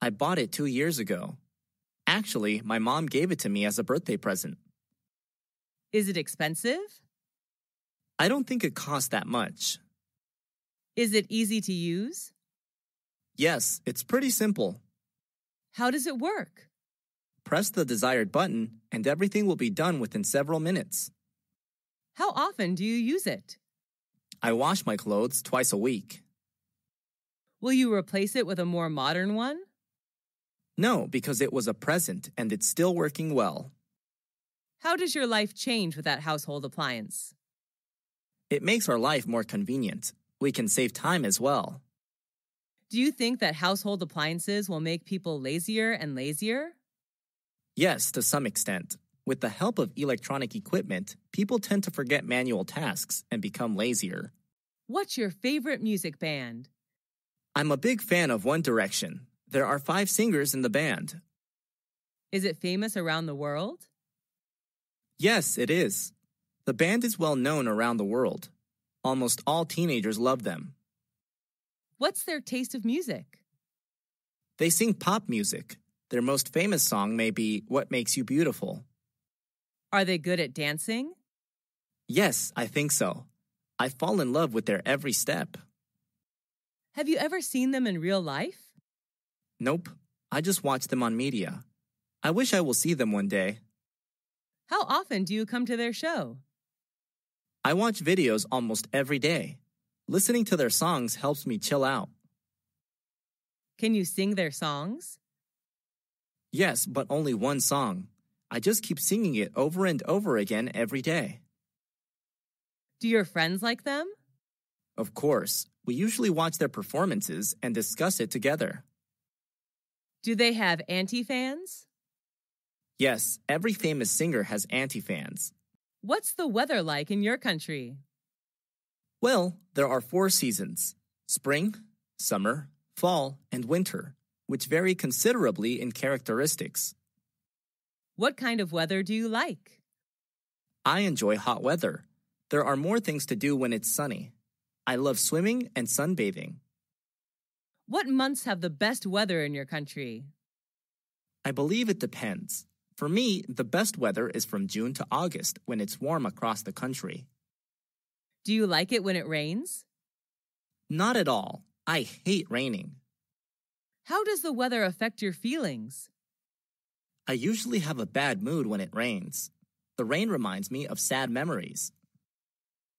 S2: I bought it two years ago. Actually, my mom gave it to me as a birthday present.
S1: Is it expensive?
S2: I don't think it costs that much.
S1: Is it easy to use?
S2: Yes, it's pretty simple.
S1: How does it work?
S2: Press the desired button, and everything will be done within several minutes.
S1: How often do you use it?
S2: I wash my clothes twice a week.
S1: Will you replace it with a more modern one?
S2: No, because it was a present and it's still working well.
S1: How does your life change with that household appliance?
S2: It makes our life more convenient. We can save time as well.
S1: Do you think that household appliances will make people lazier and lazier?
S2: Yes, to some extent. With the help of electronic equipment, people tend to forget manual tasks and become lazier.
S1: What's your favorite music band?
S2: I'm a big fan of One Direction. There are five singers in the band.
S1: Is it famous around the world?
S2: Yes, it is. The band is well known around the world. Almost all teenagers love them.
S1: What's their taste of music?
S2: They sing pop music. Their most famous song may be What Makes You Beautiful.
S1: Are they good at dancing?
S2: Yes, I think so. I fall in love with their every step.
S1: Have you ever seen them in real life?
S2: Nope, I just watch them on media. I wish I will see them one day.
S1: How often do you come to their show?
S2: I watch videos almost every day. Listening to their songs helps me chill out.
S1: Can you sing their songs?
S2: Yes, but only one song. I just keep singing it over and over again every day.
S1: Do your friends like them?
S2: Of course, we usually watch their performances and discuss it together.
S1: Do they have anti fans?
S2: Yes, every famous singer has anti fans.
S1: What's the weather like in your country?
S2: Well, there are four seasons spring, summer, fall, and winter, which vary considerably in characteristics.
S1: What kind of weather do you like?
S2: I enjoy hot weather. There are more things to do when it's sunny. I love swimming and sunbathing.
S1: What months have the best weather in your country?
S2: I believe it depends. For me, the best weather is from June to August when it's warm across the country.
S1: Do you like it when it rains?
S2: Not at all. I hate raining.
S1: How does the weather affect your feelings?
S2: I usually have a bad mood when it rains. The rain reminds me of sad memories.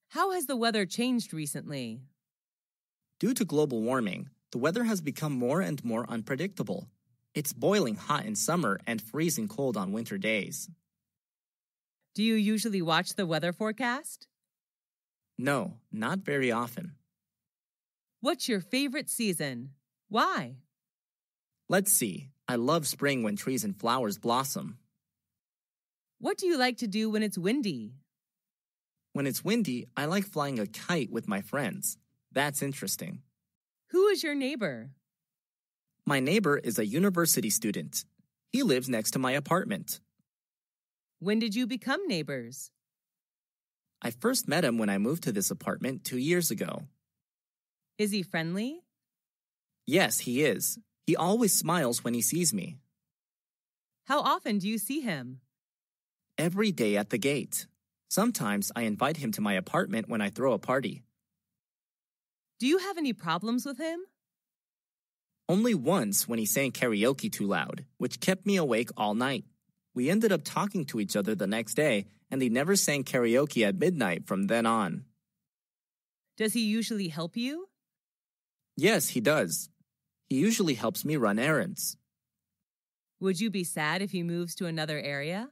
S1: How has the weather changed recently?
S2: Due to global warming, the weather has become more and more unpredictable. It's boiling hot in summer and freezing cold on winter days.
S1: Do you usually watch the weather forecast?
S2: No, not very often.
S1: What's your favorite season? Why?
S2: Let's see. I love spring when trees and flowers blossom.
S1: What do you like to do when it's windy?
S2: When it's windy, I like flying a kite with my friends. That's interesting.
S1: Who is your neighbor?
S2: My neighbor is a university student. He lives next to my apartment.
S1: When did you become neighbors?
S2: I first met him when I moved to this apartment two years ago.
S1: Is he friendly?
S2: Yes, he is. He always smiles when he sees me.
S1: How often do you see him?
S2: Every day at the gate. Sometimes I invite him to my apartment when I throw a party.
S1: Do you have any problems with him?
S2: Only once when he sang karaoke too loud, which kept me awake all night. We ended up talking to each other the next day, and he never sang karaoke at midnight from then on.
S1: Does he usually help you?
S2: Yes, he does. He usually helps me run errands.
S1: Would you be sad if he moves to another area?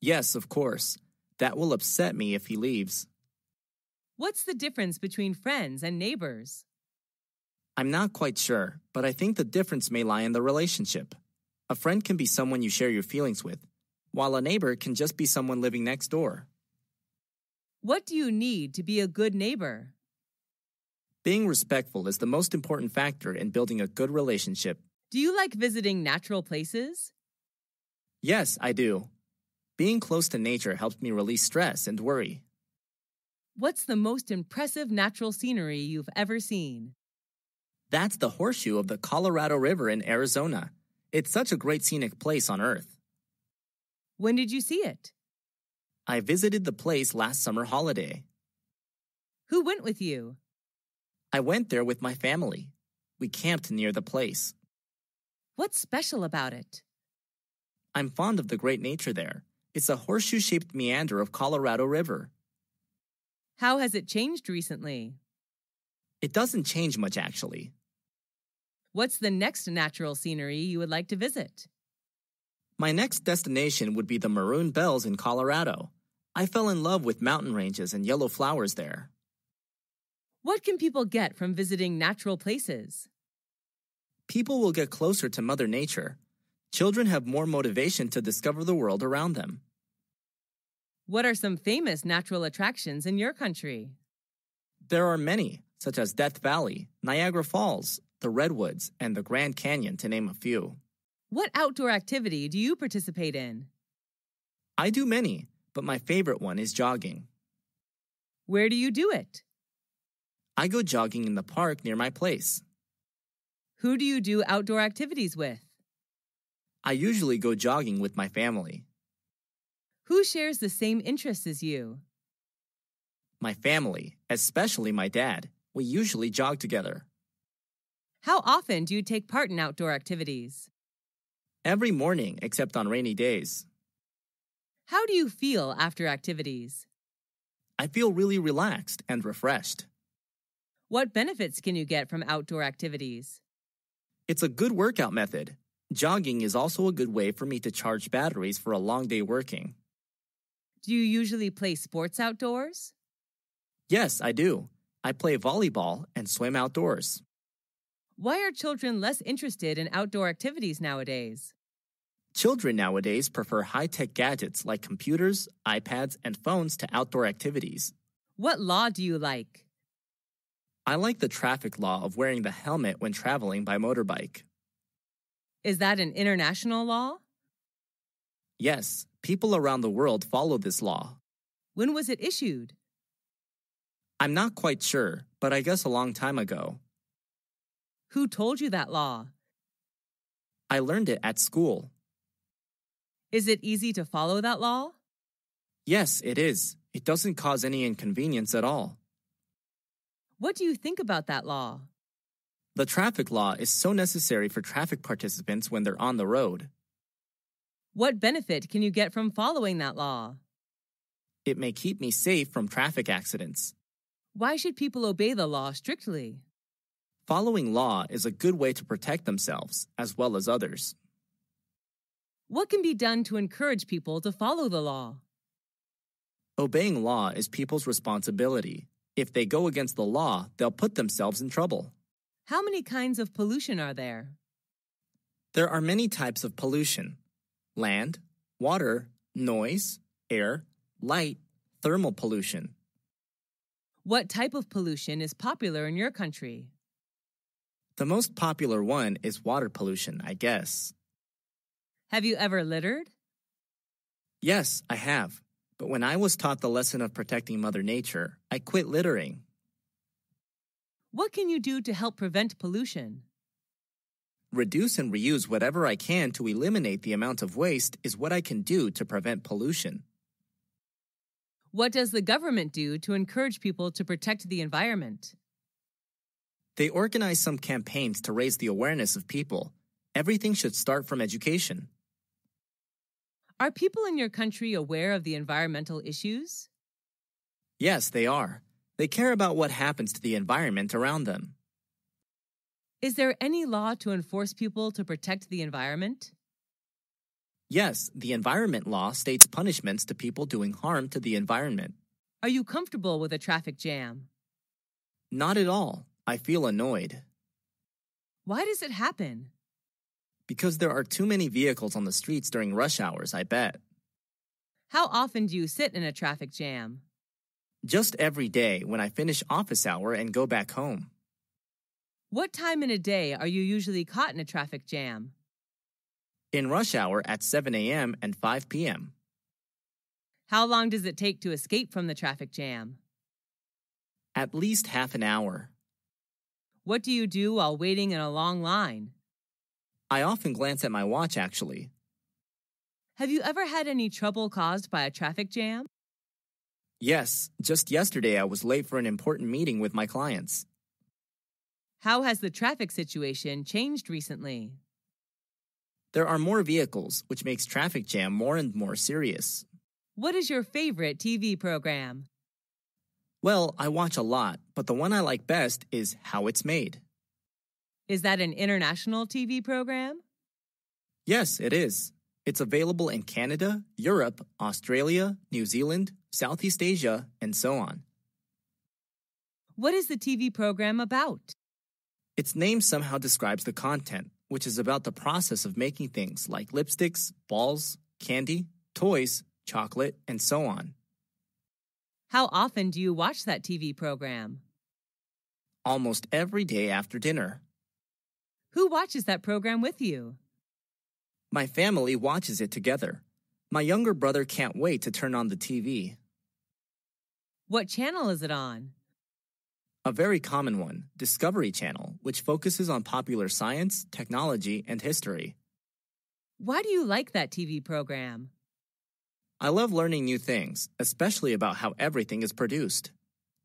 S2: Yes, of course. That will upset me if he leaves.
S1: What's the difference between friends and neighbors?
S2: I'm not quite sure, but I think the difference may lie in the relationship. A friend can be someone you share your feelings with, while a neighbor can just be someone living next door.
S1: What do you need to be a good neighbor?
S2: Being respectful is the most important factor in building a good relationship.
S1: Do you like visiting natural places?
S2: Yes, I do. Being close to nature helps me release stress and worry.
S1: What's the most impressive natural scenery you've ever seen?
S2: That's the horseshoe of the Colorado River in Arizona. It's such a great scenic place on Earth.
S1: When did you see it?
S2: I visited the place last summer holiday.
S1: Who went with you?
S2: I went there with my family. We camped near the place.
S1: What's special about it?
S2: I'm fond of the great nature there. It's a horseshoe shaped meander of Colorado River.
S1: How has it changed recently?
S2: It doesn't change much actually.
S1: What's the next natural scenery you would like to visit?
S2: My next destination would be the Maroon Bells in Colorado. I fell in love with mountain ranges and yellow flowers there.
S1: What can people get from visiting natural places?
S2: People will get closer to Mother Nature. Children have more motivation to discover the world around them.
S1: What are some famous natural attractions in your country?
S2: There are many, such as Death Valley, Niagara Falls, the Redwoods, and the Grand Canyon, to name a few.
S1: What outdoor activity do you participate in?
S2: I do many, but my favorite one is jogging.
S1: Where do you do it?
S2: I go jogging in the park near my place.
S1: Who do you do outdoor activities with?
S2: I usually go jogging with my family.
S1: Who shares the same interests as you?
S2: My family, especially my dad, we usually jog together.
S1: How often do you take part in outdoor activities?
S2: Every morning, except on rainy days.
S1: How do you feel after activities?
S2: I feel really relaxed and refreshed.
S1: What benefits can you get from outdoor activities?
S2: It's a good workout method. Jogging is also a good way for me to charge batteries for a long day working.
S1: Do you usually play sports outdoors?
S2: Yes, I do. I play volleyball and swim outdoors.
S1: Why are children less interested in outdoor activities nowadays?
S2: Children nowadays prefer high tech gadgets like computers, iPads, and phones to outdoor activities.
S1: What law do you like?
S2: I like the traffic law of wearing the helmet when traveling by motorbike.
S1: Is that an international law?
S2: Yes, people around the world follow this law.
S1: When was it issued?
S2: I'm not quite sure, but I guess a long time ago.
S1: Who told you that law?
S2: I learned it at school.
S1: Is it easy to follow that law?
S2: Yes, it is. It doesn't cause any inconvenience at all.
S1: What do you think about that law?
S2: The traffic law is so necessary for traffic participants when they're on the road.
S1: What benefit can you get from following that law?
S2: It may keep me safe from traffic accidents.
S1: Why should people obey the law strictly?
S2: Following law is a good way to protect themselves as well as others.
S1: What can be done to encourage people to follow the law?
S2: Obeying law is people's responsibility. If they go against the law, they'll put themselves in trouble.
S1: How many kinds of pollution are there?
S2: There are many types of pollution land, water, noise, air, light, thermal pollution.
S1: What type of pollution is popular in your country?
S2: The most popular one is water pollution, I guess.
S1: Have you ever littered?
S2: Yes, I have. But when I was taught the lesson of protecting Mother Nature, I quit littering.
S1: What can you do to help prevent pollution?
S2: Reduce and reuse whatever I can to eliminate the amount of waste is what I can do to prevent pollution.
S1: What does the government do to encourage people to protect the environment?
S2: They organize some campaigns to raise the awareness of people. Everything should start from education.
S1: Are people in your country aware of the environmental issues?
S2: Yes, they are. They care about what happens to the environment around them.
S1: Is there any law to enforce people to protect the environment?
S2: Yes, the environment law states punishments to people doing harm to the environment.
S1: Are you comfortable with a traffic jam?
S2: Not at all. I feel annoyed
S1: Why does it happen?
S2: because there are too many vehicles on the streets during rush hours, I bet.
S1: How often do you sit in a traffic jam?
S2: Just every day when I finish office hour and go back home.
S1: What time in a day are you usually caught in a traffic jam?
S2: In rush hour at 7 a.m. and 5 p.m.
S1: How long does it take to escape from the traffic jam?
S2: At least half an hour.
S1: What do you do while waiting in a long line?
S2: I often glance at my watch actually.
S1: Have you ever had any trouble caused by a traffic jam?
S2: Yes, just yesterday I was late for an important meeting with my clients.
S1: How has the traffic situation changed recently?
S2: There are more vehicles, which makes traffic jam more and more serious.
S1: What is your favorite TV program?
S2: Well, I watch a lot, but the one I like best is How It's Made.
S1: Is that an international TV program?
S2: Yes, it is. It's available in Canada, Europe, Australia, New Zealand, Southeast Asia, and so on.
S1: What is the TV program about?
S2: Its name somehow describes the content, which is about the process of making things like lipsticks, balls, candy, toys, chocolate, and so on.
S1: How often do you watch that TV program?
S2: Almost every day after dinner.
S1: Who watches that program with you?
S2: My family watches it together. My younger brother can't wait to turn on the TV,
S1: What channel is it on?
S2: a very common one, Discovery Channel, which focuses on popular science, technology, and history.
S1: Why do you like that TV program?
S2: I love learning new things, especially about how everything is produced.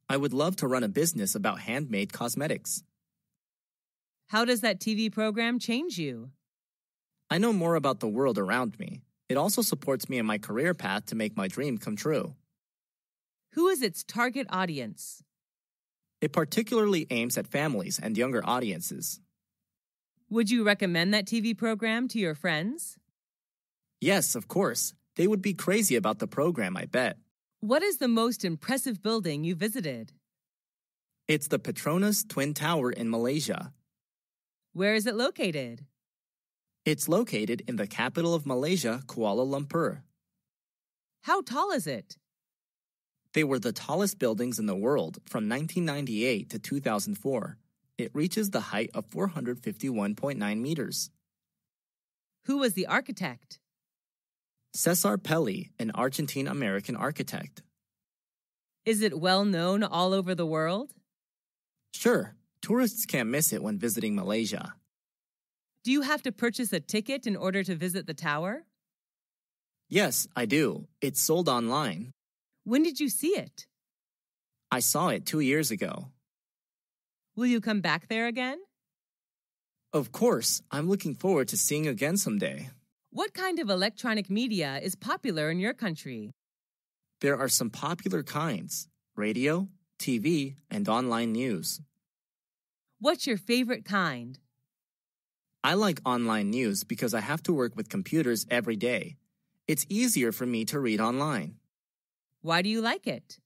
S2: I would love to run a business about handmade cosmetics.
S1: How does that TV program change you?
S2: I know more about the world around me. It also supports me in my career path to make my dream come true.
S1: Who is its target audience?
S2: It particularly aims at families and younger audiences.
S1: Would you recommend that TV program to your friends?
S2: Yes, of course, they would be crazy about the program, I bet.
S1: What is the most impressive building you visited?
S2: It's the Petronas Twin Tower in Malaysia.
S1: Where is it located?
S2: It's located in the capital of Malaysia, Kuala Lumpur.
S1: How tall is it?
S2: They were the tallest buildings in the world from 1998 to 2004. It reaches the height of 451.9 meters.
S1: Who was the architect?
S2: Cesar Pelli, an Argentine American architect.
S1: Is it well known all over the world?
S2: Sure, tourists can't miss it when visiting Malaysia.
S1: Do you have to purchase a ticket in order to visit the tower?
S2: Yes, I do. It's sold online.
S1: When did you see it?
S2: I saw it two years ago.
S1: Will you come back there again?
S2: Of course, I'm looking forward to seeing again someday.
S1: What kind of electronic media is popular in your country?
S2: There are some popular kinds radio, TV, and online news.
S1: What's your favorite kind?
S2: I like online news because I have to work with computers every day. It's easier for me to read online.
S1: Why do you like it?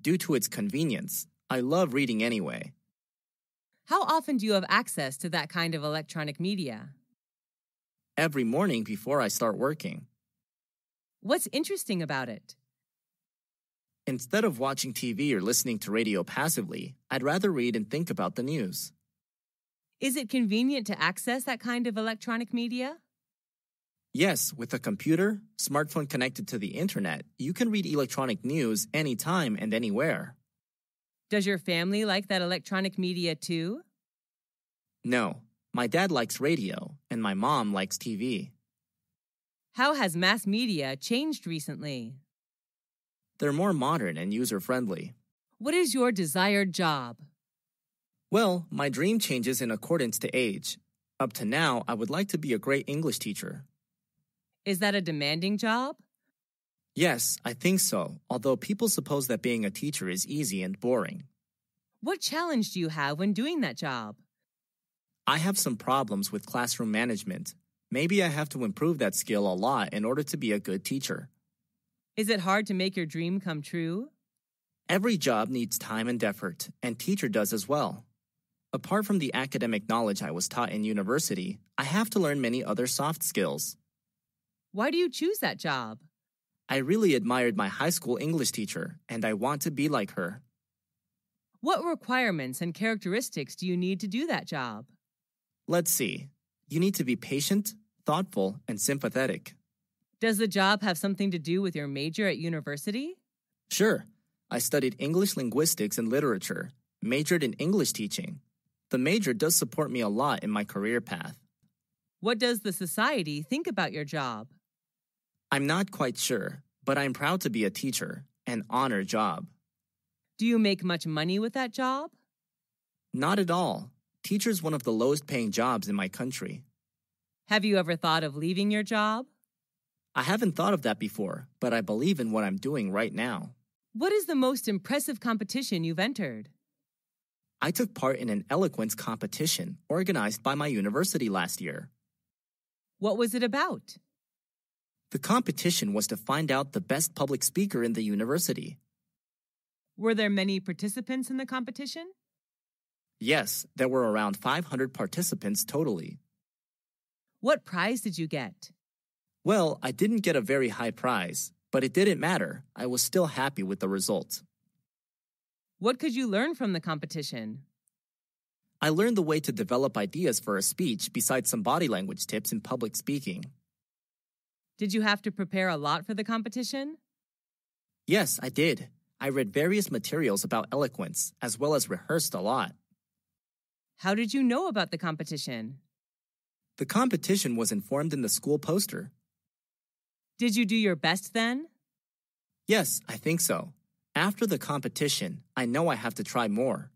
S2: Due to its convenience, I love reading anyway.
S1: How often do you have access to that kind of electronic media?
S2: Every morning before I start working,
S1: What's interesting about it?
S2: instead of watching TV or listening to radio passively, I'd rather read and think about the news.
S1: Is it convenient to access that kind of electronic media?
S2: Yes, with a computer, smartphone connected to the internet, you can read electronic news anytime and anywhere.
S1: Does your family like that electronic media too?
S2: No, my dad likes radio, and my mom likes TV.
S1: How has mass media changed recently?
S2: They're more modern and user friendly.
S1: What is your desired job?
S2: Well, my dream changes in accordance to age. Up to now, I would like to be a great English teacher.
S1: Is that a demanding job?
S2: Yes, I think so, although people suppose that being a teacher is easy and boring.
S1: What challenge do you have when doing that job?
S2: I have some problems with classroom management. Maybe I have to improve that skill a lot in order to be a good teacher.
S1: Is it hard to make your dream come true?
S2: Every job needs time and effort, and teacher does as well. Apart from the academic knowledge I was taught in university, I have to learn many other soft skills.
S1: Why do you choose that job?
S2: I really admired my high school English teacher, and I want to be like her.
S1: What requirements and characteristics do you need to do that job?
S2: Let's see. You need to be patient, thoughtful, and sympathetic.
S1: Does the job have something to do with your major at university?
S2: Sure, I studied English linguistics and literature, majored in English teaching. The major does support me a lot in my career path.
S1: What does the society think about your job?
S2: I'm not quite sure, but I'm proud to be a teacher, an honor job.
S1: Do you make much money with that job?
S2: Not at all. Teacher's one of the lowest paying jobs in my country.
S1: Have you ever thought of leaving your job?
S2: I haven't thought of that before, but I believe in what I'm doing right now.
S1: What is the most impressive competition you've entered?
S2: I took part in an eloquence competition organized by my university last year.
S1: What was it about?
S2: The competition was to find out the best public speaker in the university.
S1: Were there many participants in the competition?
S2: Yes, there were around 500 participants totally.
S1: What prize did you get?
S2: Well, I didn't get a very high prize, but it didn't matter. I was still happy with the result.
S1: What could you learn from the competition?
S2: I learned the way to develop ideas for a speech besides some body language tips in public speaking.
S1: Did you have to prepare a lot for the competition?
S2: Yes, I did. I read various materials about eloquence, as well as rehearsed a lot.
S1: How did you know about the competition?
S2: The competition was informed in the school poster.
S1: Did you do your best then?
S2: Yes, I think so. After the competition, I know I have to try more.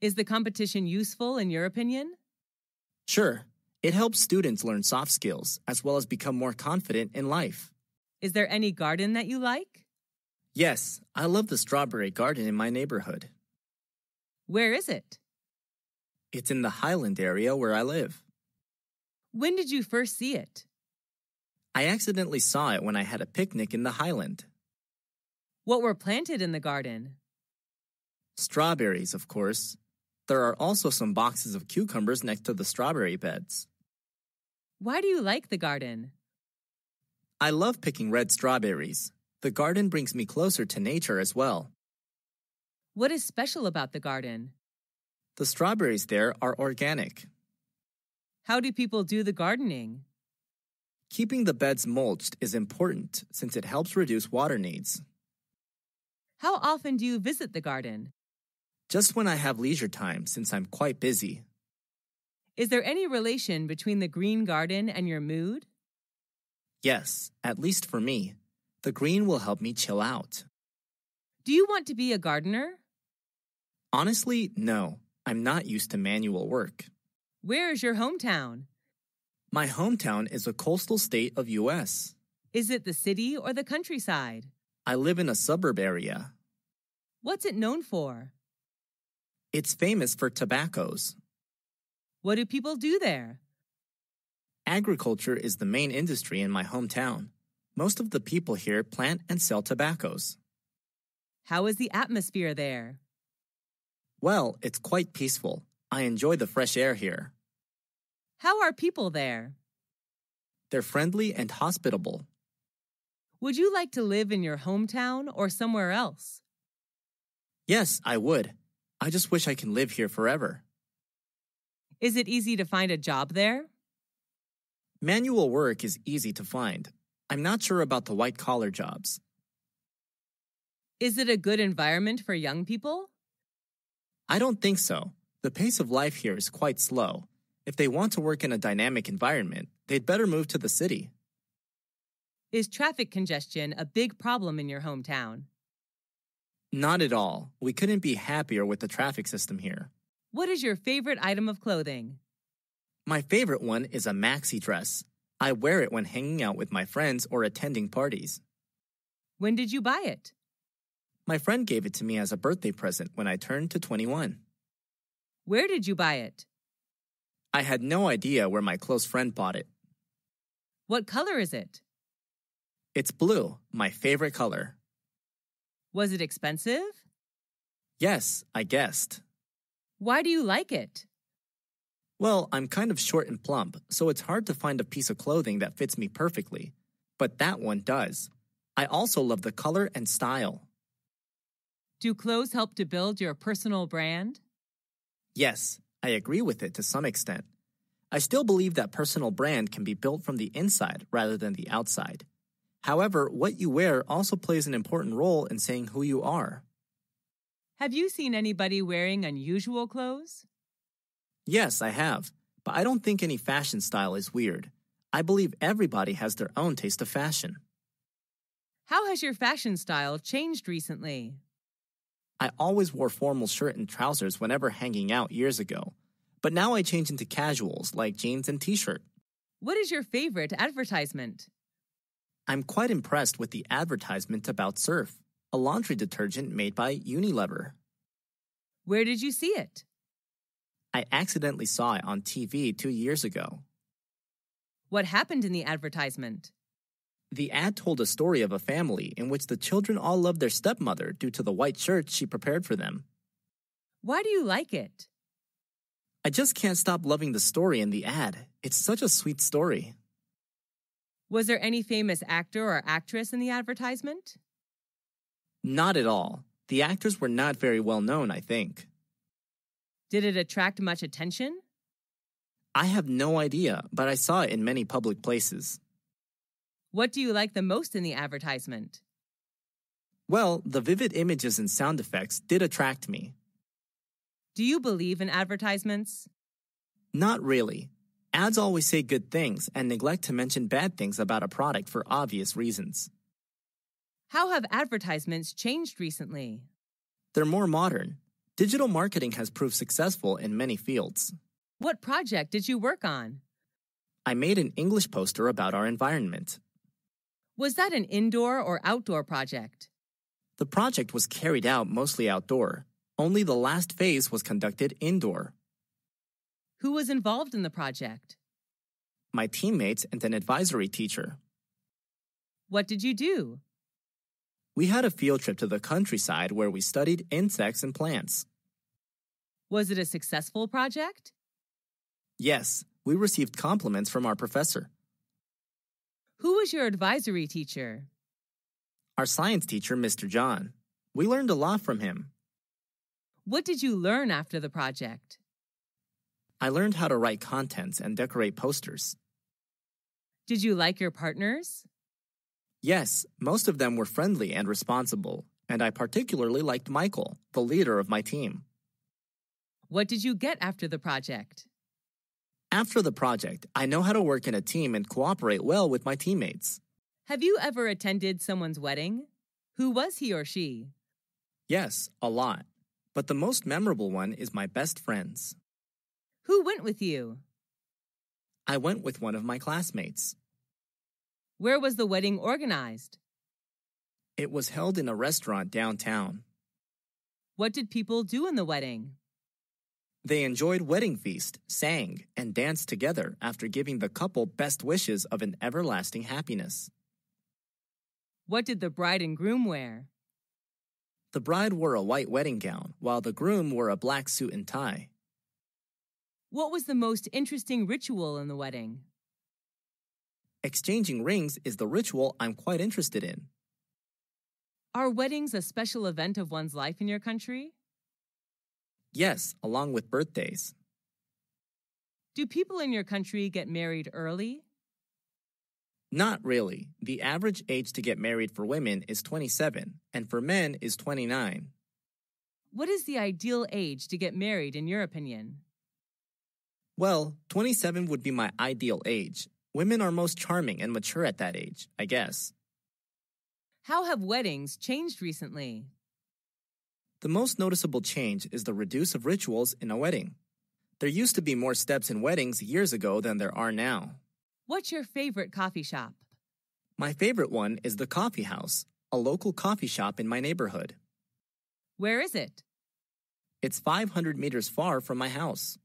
S1: Is the competition useful in your opinion?
S2: Sure, it helps students learn soft skills as well as become more confident in life.
S1: Is there any garden that you like?
S2: Yes, I love the strawberry garden in my neighborhood.
S1: Where is it?
S2: It's in the Highland area where I live.
S1: When did you first see it?
S2: I accidentally saw it when I had a picnic in the Highland.
S1: What were planted in the garden?
S2: Strawberries, of course. There are also some boxes of cucumbers next to the strawberry beds.
S1: Why do you like the garden?
S2: I love picking red strawberries. The garden brings me closer to nature as well.
S1: What is special about the garden?
S2: The strawberries there are organic.
S1: How do people do the gardening?
S2: Keeping the beds mulched is important since it helps reduce water needs.
S1: How often do you visit the garden?
S2: Just when I have leisure time since I'm quite busy.
S1: Is there any relation between the green garden and your mood?
S2: Yes, at least for me. The green will help me chill out.
S1: Do you want to be a gardener?
S2: Honestly, no, I'm not used to manual work.
S1: Where is your hometown?
S2: My hometown is a coastal state of US.
S1: Is it the city or the countryside?
S2: I live in a suburb area.
S1: What's it known for?
S2: It's famous for tobaccos.
S1: What do people do there?
S2: Agriculture is the main industry in my hometown. Most of the people here plant and sell tobaccos.
S1: How is the atmosphere there?
S2: Well, it's quite peaceful. I enjoy the fresh air here.
S1: How are people there?
S2: They're friendly and hospitable.
S1: Would you like to live in your hometown or somewhere else?
S2: Yes, I would. I just wish I can live here forever.
S1: Is it easy to find a job there?
S2: Manual work is easy to find. I'm not sure about the white collar jobs.
S1: Is it a good environment for young people?
S2: I don't think so. The pace of life here is quite slow. If they want to work in a dynamic environment, they'd better move to the city.
S1: Is traffic congestion a big problem in your hometown?
S2: Not at all. We couldn't be happier with the traffic system here.
S1: What is your favorite item of clothing?
S2: My favorite one is a maxi dress. I wear it when hanging out with my friends or attending parties.
S1: When did you buy it?
S2: My friend gave it to me as a birthday present when I turned to 21.
S1: Where did you buy it?
S2: I had no idea where my close friend bought it.
S1: What color is it?
S2: It's blue, my favorite color.
S1: Was it expensive?
S2: Yes, I guessed.
S1: Why do you like it?
S2: Well, I'm kind of short and plump, so it's hard to find a piece of clothing that fits me perfectly. But that one does. I also love the color and style.
S1: Do clothes help to build your personal brand?
S2: Yes, I agree with it to some extent. I still believe that personal brand can be built from the inside rather than the outside. However, what you wear also plays an important role in saying who you are.
S1: Have you seen anybody wearing unusual clothes?
S2: Yes, I have, but I don't think any fashion style is weird. I believe everybody has their own taste of fashion.
S1: How has your fashion style changed recently?
S2: I always wore formal shirt and trousers whenever hanging out years ago, but now I change into casuals like jeans and t shirt.
S1: What is your favorite advertisement?
S2: I'm quite impressed with the advertisement about Surf, a laundry detergent made by Unilever.
S1: Where did you see it?
S2: I accidentally saw it on TV two years ago.
S1: What happened in the advertisement?
S2: The ad told a story of a family in which the children all loved their stepmother due to the white shirts she prepared for them.
S1: Why do you like it?
S2: I just can't stop loving the story in the ad. It's such a sweet story.
S1: Was there any famous actor or actress in the advertisement?
S2: Not at all. The actors were not very well known, I think.
S1: Did it attract much attention?
S2: I have no idea, but I saw it in many public places.
S1: What do you like the most in the advertisement?
S2: Well, the vivid images and sound effects did attract me.
S1: Do you believe in advertisements?
S2: Not really. Ads always say good things and neglect to mention bad things about a product for obvious reasons.
S1: How have advertisements changed recently?
S2: They're more modern. Digital marketing has proved successful in many fields.
S1: What project did you work on?
S2: I made an English poster about our environment.
S1: Was that an indoor or outdoor project?
S2: The project was carried out mostly outdoor. Only the last phase was conducted indoor.
S1: Who was involved in the project?
S2: My teammates and an advisory teacher.
S1: What did you do?
S2: We had a field trip to the countryside where we studied insects and plants.
S1: Was it a successful project?
S2: Yes, we received compliments from our professor.
S1: Who was your advisory teacher?
S2: Our science teacher, Mr. John. We learned a lot from him.
S1: What did you learn after the project?
S2: I learned how to write contents and decorate posters.
S1: Did you like your partners?
S2: Yes, most of them were friendly and responsible, and I particularly liked Michael, the leader of my team.
S1: What did you get after the project?
S2: After the project, I know how to work in a team and cooperate well with my teammates.
S1: Have you ever attended someone's wedding? Who was he or she?
S2: Yes, a lot. But the most memorable one is my best friends.
S1: Who went with you?
S2: I went with one of my classmates.
S1: Where was the wedding organized?
S2: It was held in a restaurant downtown.
S1: What did people do in the wedding?
S2: They enjoyed wedding feast, sang, and danced together after giving the couple best wishes of an everlasting happiness.
S1: What did the bride and groom wear?
S2: The bride wore a white wedding gown, while the groom wore a black suit and tie.
S1: What was the most interesting ritual in the wedding?
S2: Exchanging rings is the ritual I'm quite interested in.
S1: Are weddings a special event of one's life in your country?
S2: Yes, along with birthdays.
S1: Do people in your country get married early?
S2: Not really. The average age to get married for women is 27, and for men is 29.
S1: What is the ideal age to get married in your opinion?
S2: Well, 27 would be my ideal age. Women are most charming and mature at that age, I guess.
S1: How have weddings changed recently?
S2: The most noticeable change is the reduce of rituals in a wedding. There used to be more steps in weddings years ago than there are now.
S1: What's your favorite coffee shop?
S2: My favorite one is the Coffee House, a local coffee shop in my neighborhood.
S1: Where is it?
S2: It's 500 meters far from my house.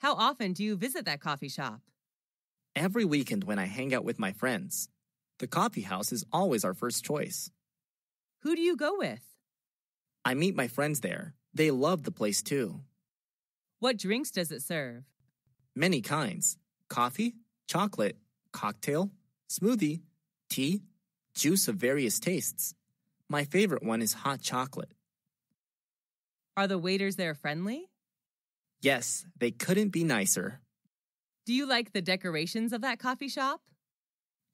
S1: How often do you visit that coffee shop?
S2: Every weekend when I hang out with my friends, the coffee house is always our first choice.
S1: Who do you go with?
S2: I meet my friends there. They love the place too.
S1: What drinks does it serve?
S2: Many kinds coffee, chocolate, cocktail, smoothie, tea, juice of various tastes. My favorite one is hot chocolate.
S1: Are the waiters there friendly?
S2: Yes, they couldn't be nicer.
S1: Do you like the decorations of that coffee shop?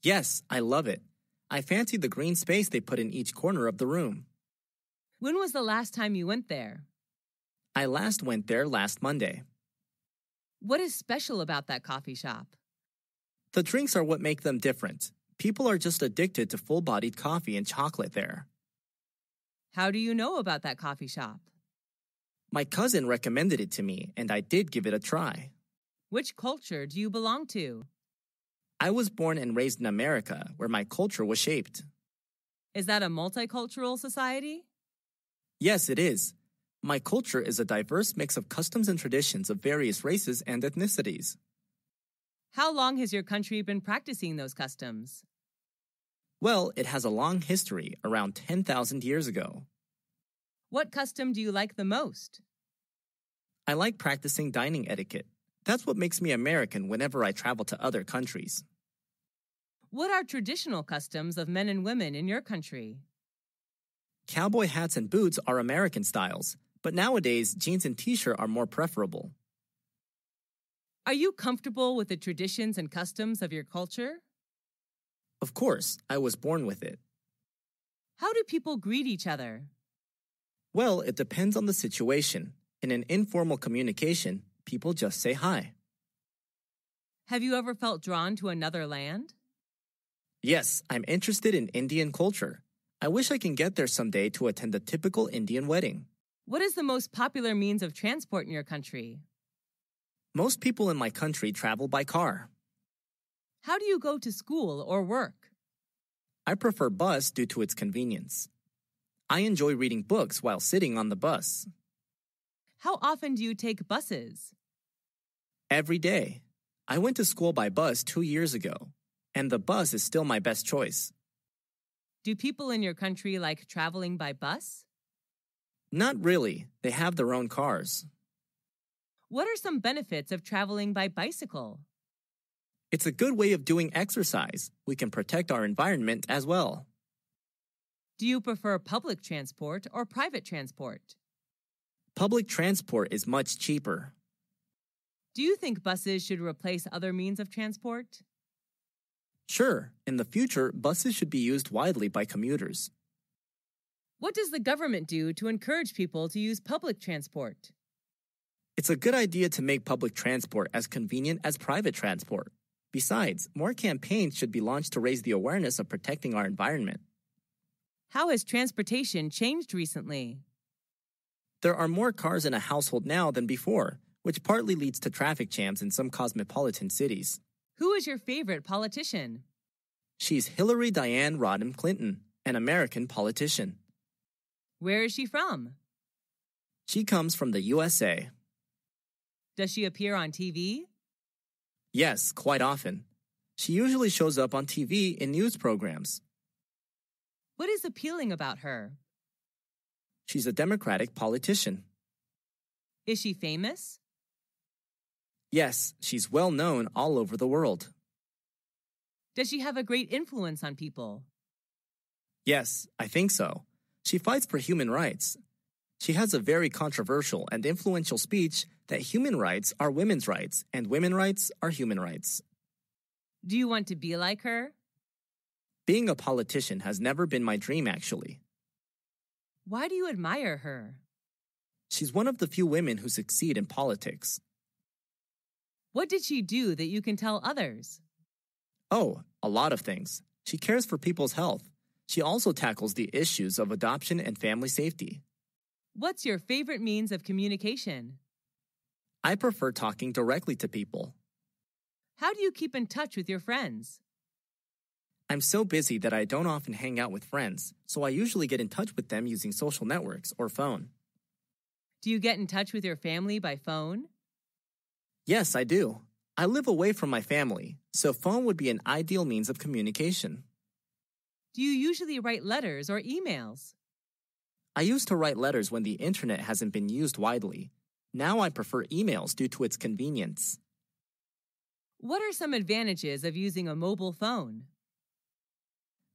S2: Yes, I love it. I fancy the green space they put in each corner of the room.
S1: When was the last time you went there?
S2: I last went there last Monday.
S1: What is special about that coffee shop?
S2: The drinks are what make them different. People are just addicted to full bodied coffee and chocolate there.
S1: How do you know about that coffee shop?
S2: My cousin recommended it to me, and I did give it a try.
S1: Which culture do you belong to?
S2: I was born and raised in America, where my culture was shaped.
S1: Is that a multicultural society?
S2: Yes, it is. My culture is a diverse mix of customs and traditions of various races and ethnicities.
S1: How long has your country been practicing those customs?
S2: Well, it has a long history, around 10,000 years ago.
S1: What custom do you like the most?
S2: I like practicing dining etiquette. That's what makes me American whenever I travel to other countries.
S1: What are traditional customs of men and women in your country?
S2: Cowboy hats and boots are American styles, but nowadays jeans and t shirt are more preferable.
S1: Are you comfortable with the traditions and customs of your culture?
S2: Of course, I was born with it.
S1: How do people greet each other?
S2: Well, it depends on the situation. In an informal communication, people just say hi.
S1: Have you ever felt drawn to another land?
S2: Yes, I'm interested in Indian culture. I wish I can get there someday to attend a typical Indian wedding.
S1: What is the most popular means of transport in your country?
S2: Most people in my country travel by car.
S1: How do you go to school or work?
S2: I prefer bus due to its convenience. I enjoy reading books while sitting on the bus.
S1: How often do you take buses?
S2: Every day. I went to school by bus two years ago, and the bus is still my best choice.
S1: Do people in your country like traveling by bus?
S2: Not really, they have their own cars.
S1: What are some benefits of traveling by bicycle?
S2: It's a good way of doing exercise. We can protect our environment as well.
S1: Do you prefer public transport or private transport?
S2: Public transport is much cheaper.
S1: Do you think buses should replace other means of transport?
S2: Sure, in the future, buses should be used widely by commuters.
S1: What does the government do to encourage people to use public transport?
S2: It's a good idea to make public transport as convenient as private transport. Besides, more campaigns should be launched to raise the awareness of protecting our environment.
S1: How has transportation changed recently?
S2: There are more cars in a household now than before, which partly leads to traffic jams in some cosmopolitan cities.
S1: Who is your favorite politician?
S2: She's Hillary Diane Rodham Clinton, an American politician.
S1: Where is she from?
S2: She comes from the USA.
S1: Does she appear on TV?
S2: Yes, quite often. She usually shows up on TV in news programs.
S1: What is appealing about her?
S2: She's a Democratic politician.
S1: Is she famous?
S2: Yes, she's well known all over the world.
S1: Does she have a great influence on people?
S2: Yes, I think so. She fights for human rights. She has a very controversial and influential speech that human rights are women's rights and women rights are human rights.
S1: Do you want to be like her?
S2: Being a politician has never been my dream, actually.
S1: Why do you admire her?
S2: She's one of the few women who succeed in politics.
S1: What did she do that you can tell others?
S2: Oh, a lot of things. She cares for people's health. She also tackles the issues of adoption and family safety.
S1: What's your favorite means of communication?
S2: I prefer talking directly to people.
S1: How do you keep in touch with your friends?
S2: I'm so busy that I don't often hang out with friends, so I usually get in touch with them using social networks or phone.
S1: Do you get in touch with your family by phone?
S2: Yes, I do. I live away from my family, so phone would be an ideal means of communication.
S1: Do you usually write letters or emails?
S2: I used to write letters when the internet hasn't been used widely. Now I prefer emails due to its convenience.
S1: What are some advantages of using a mobile phone?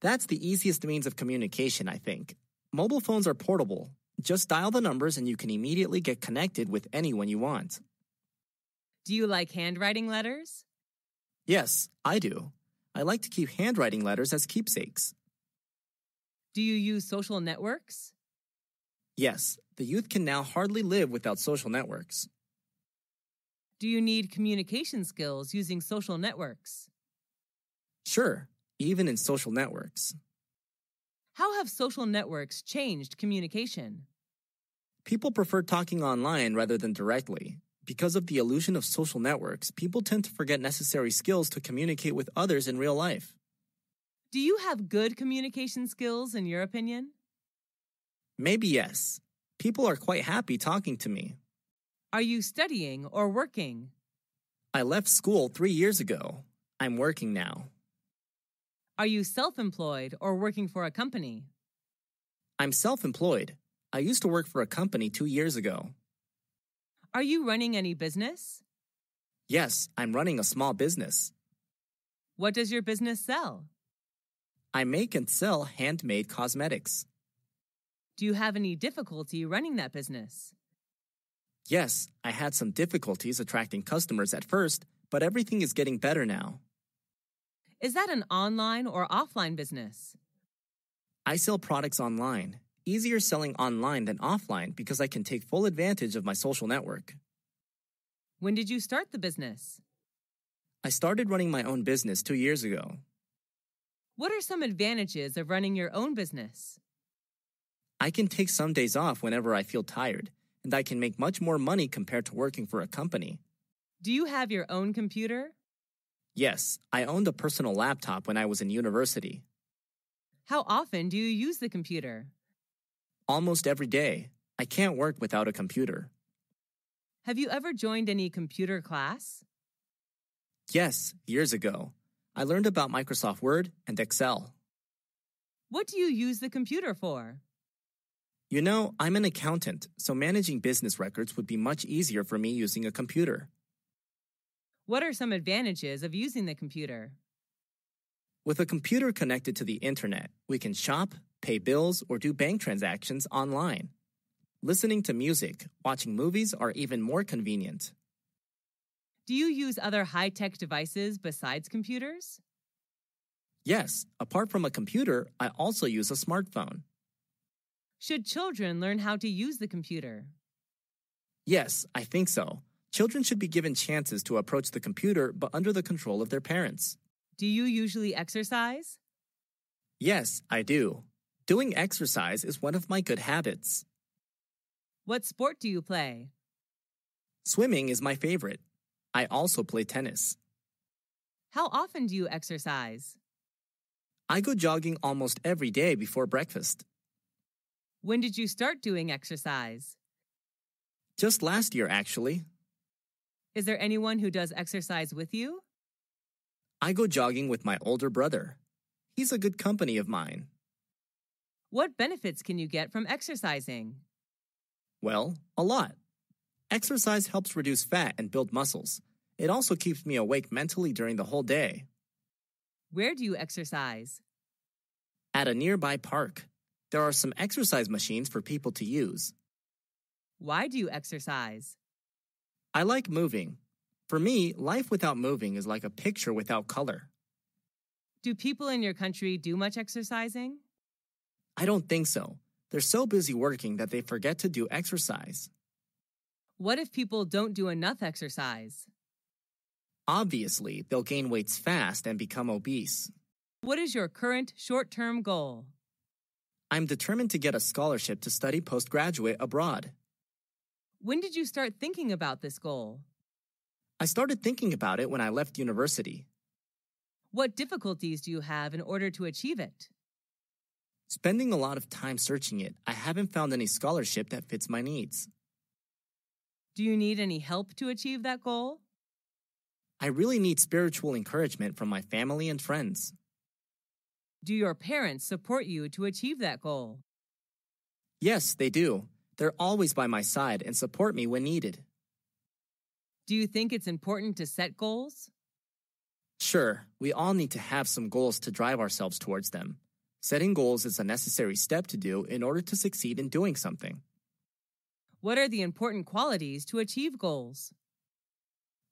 S2: That's the easiest means of communication, I think. Mobile phones are portable. Just dial the numbers and you can immediately get connected with anyone you want.
S1: Do you like handwriting letters?
S2: Yes, I do. I like to keep handwriting letters as keepsakes.
S1: Do you use social networks?
S2: Yes, the youth can now hardly live without social networks.
S1: Do you need communication skills using social networks?
S2: Sure, even in social networks.
S1: How have social networks changed communication?
S2: People prefer talking online rather than directly. Because of the illusion of social networks, people tend to forget necessary skills to communicate with others in real life.
S1: Do you have good communication skills, in your opinion?
S2: Maybe yes. People are quite happy talking to me.
S1: Are you studying or working?
S2: I left school three years ago. I'm working now.
S1: Are you self employed or working for a company?
S2: I'm self employed. I used to work for a company two years ago.
S1: Are you running any business?
S2: Yes, I'm running a small business.
S1: What does your business sell?
S2: I make and sell handmade cosmetics.
S1: Do you have any difficulty running that business?
S2: Yes, I had some difficulties attracting customers at first, but everything is getting better now.
S1: Is that an online or offline business?
S2: I sell products online. Easier selling online than offline because I can take full advantage of my social network.
S1: When did you start the business?
S2: I started running my own business two years ago.
S1: What are some advantages of running your own business?
S2: I can take some days off whenever I feel tired, and I can make much more money compared to working for a company.
S1: Do you have your own computer?
S2: Yes, I owned a personal laptop when I was in university.
S1: How often do you use the computer?
S2: Almost every day. I can't work without a computer.
S1: Have you ever joined any computer class?
S2: Yes, years ago. I learned about Microsoft Word and Excel.
S1: What do you use the computer for?
S2: You know, I'm an accountant, so managing business records would be much easier for me using a computer.
S1: What are some advantages of using the computer?
S2: With a computer connected to the internet, we can shop, pay bills, or do bank transactions online. Listening to music, watching movies are even more convenient.
S1: Do you use other high tech devices besides computers?
S2: Yes, apart from a computer, I also use a smartphone.
S1: Should children learn how to use the computer?
S2: Yes, I think so. Children should be given chances to approach the computer but under the control of their parents.
S1: Do you usually exercise?
S2: Yes, I do. Doing exercise is one of my good habits.
S1: What sport do you play?
S2: Swimming is my favorite. I also play tennis.
S1: How often do you exercise?
S2: I go jogging almost every day before breakfast.
S1: When did you start doing exercise?
S2: Just last year, actually.
S1: Is there anyone who does exercise with you?
S2: I go jogging with my older brother. He's a good company of mine.
S1: What benefits can you get from exercising?
S2: Well, a lot. Exercise helps reduce fat and build muscles. It also keeps me awake mentally during the whole day.
S1: Where do you exercise?
S2: At a nearby park, there are some exercise machines for people to use.
S1: Why do you exercise?
S2: I like moving. For me, life without moving is like a picture without color.
S1: Do people in your country do much exercising?
S2: I don't think so. They're so busy working that they forget to do exercise.
S1: What if people don't do enough exercise?
S2: Obviously, they'll gain weights fast and become obese.
S1: What is your current short term goal?
S2: I'm determined to get a scholarship to study postgraduate abroad.
S1: When did you start thinking about this goal?
S2: I started thinking about it when I left university.
S1: What difficulties do you have in order to achieve it?
S2: Spending a lot of time searching it, I haven't found any scholarship that fits my needs.
S1: Do you need any help to achieve that goal?
S2: I really need spiritual encouragement from my family and friends.
S1: Do your parents support you to achieve that goal?
S2: Yes, they do. They're always by my side and support me when needed.
S1: Do you think it's important to set goals?
S2: Sure, we all need to have some goals to drive ourselves towards them. Setting goals is a necessary step to do in order to succeed in doing something.
S1: What are the important qualities to achieve goals?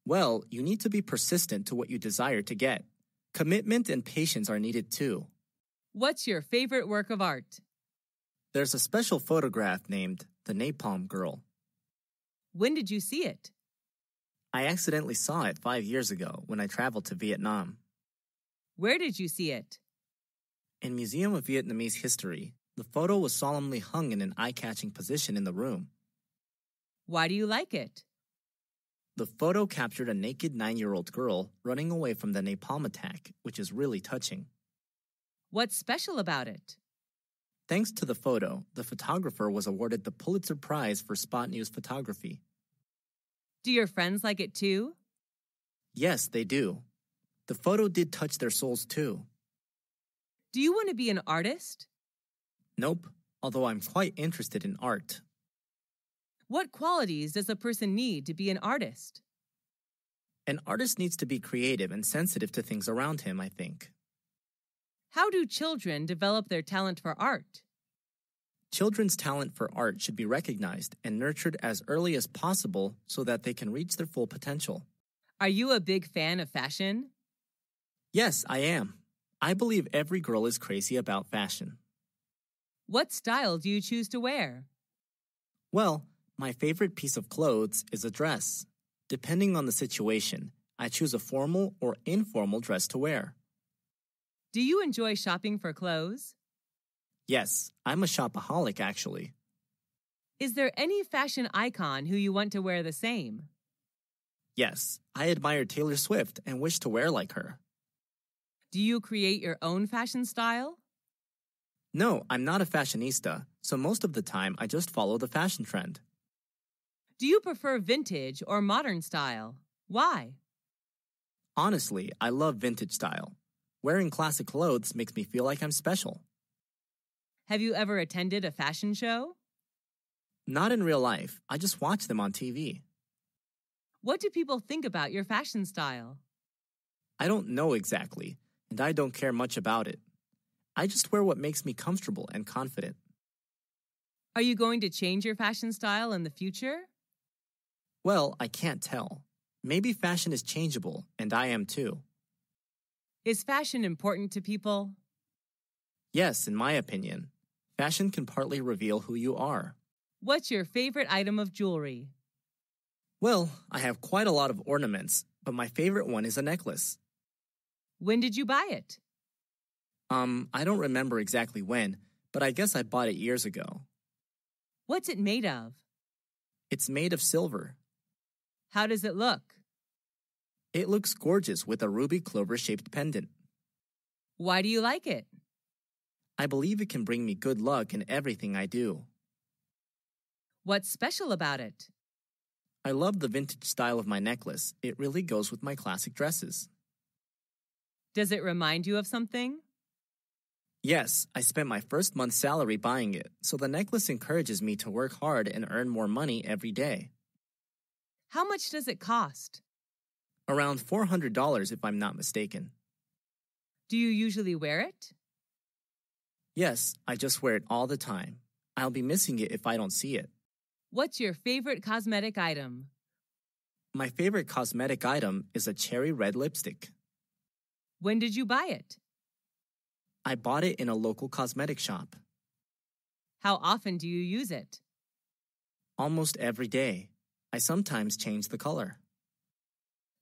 S2: Well, you need to be persistent to what you desire to get. Commitment and patience are needed too.
S1: What's your favorite work of art?
S2: There's a special photograph named The Napalm Girl.
S1: When did you see it?
S2: I accidentally saw it five years ago when I traveled to Vietnam.
S1: Where did you see it?
S2: In Museum of Vietnamese History, the photo was solemnly hung in an eye-catching position in the room.
S1: Why do you like it?
S2: The photo captured a naked nine-year-old girl running away from the napalm attack, which is really touching.
S1: What's special about it?
S2: Thanks to the photo, the photographer was awarded the Pulitzer Prize for Spot News Photography.
S1: Do your friends like it too?
S2: Yes, they do. The photo did touch their souls too.
S1: Do you want to be an artist?
S2: Nope, although I'm quite interested in art.
S1: What qualities does a person need to be an artist?
S2: An artist needs to be creative and sensitive to things around him, I think.
S1: How do children develop their talent for art?
S2: Children's talent for art should be recognized and nurtured as early as possible so that they can reach their full potential.
S1: Are you a big fan of fashion?
S2: Yes, I am. I believe every girl is crazy about fashion.
S1: What style do you choose to wear?
S2: Well, my favorite piece of clothes is a dress. Depending on the situation, I choose a formal or informal dress to wear.
S1: Do you enjoy shopping for clothes?
S2: Yes, I'm a shopaholic actually.
S1: Is there any fashion icon who you want to wear the same?
S2: Yes, I admire Taylor Swift and wish to wear like her.
S1: Do you create your own fashion style?
S2: No, I'm not a fashionista, so most of the time I just follow the fashion trend.
S1: Do you prefer vintage or modern style? Why?
S2: Honestly, I love vintage style. Wearing classic clothes makes me feel like I'm special.
S1: Have you ever attended a fashion show?
S2: Not in real life, I just watch them on TV.
S1: What do people think about your fashion style?
S2: I don't know exactly, and I don't care much about it. I just wear what makes me comfortable and confident.
S1: Are you going to change your fashion style in the future?
S2: Well, I can't tell. Maybe fashion is changeable, and I am too.
S1: Is fashion important to people?
S2: Yes, in my opinion, fashion can partly reveal who you are.
S1: What's your favorite item of jewelry?
S2: Well, I have quite a lot of ornaments, but my favorite one is a necklace.
S1: When did you buy it?
S2: Um, I don't remember exactly when, but I guess I bought it years ago.
S1: What's it made of?
S2: It's made of silver.
S1: How does it look?
S2: It looks gorgeous with a ruby clover shaped pendant.
S1: Why do you like it?
S2: I believe it can bring me good luck in everything I do.
S1: What's special about it?
S2: I love the vintage style of my necklace. It really goes with my classic dresses.
S1: Does it remind you of something?
S2: Yes, I spent my first month's salary buying it, so the necklace encourages me to work hard and earn more money every day.
S1: How much does it cost?
S2: Around $400 if I'm not mistaken.
S1: Do you usually wear it?
S2: Yes, I just wear it all the time. I'll be missing it if I don't see it.
S1: What's your favorite cosmetic item?
S2: My favorite cosmetic item is a cherry red lipstick.
S1: When did you buy it?
S2: I bought it in a local cosmetic shop
S1: How often do you use it?
S2: almost every day. I sometimes change the color.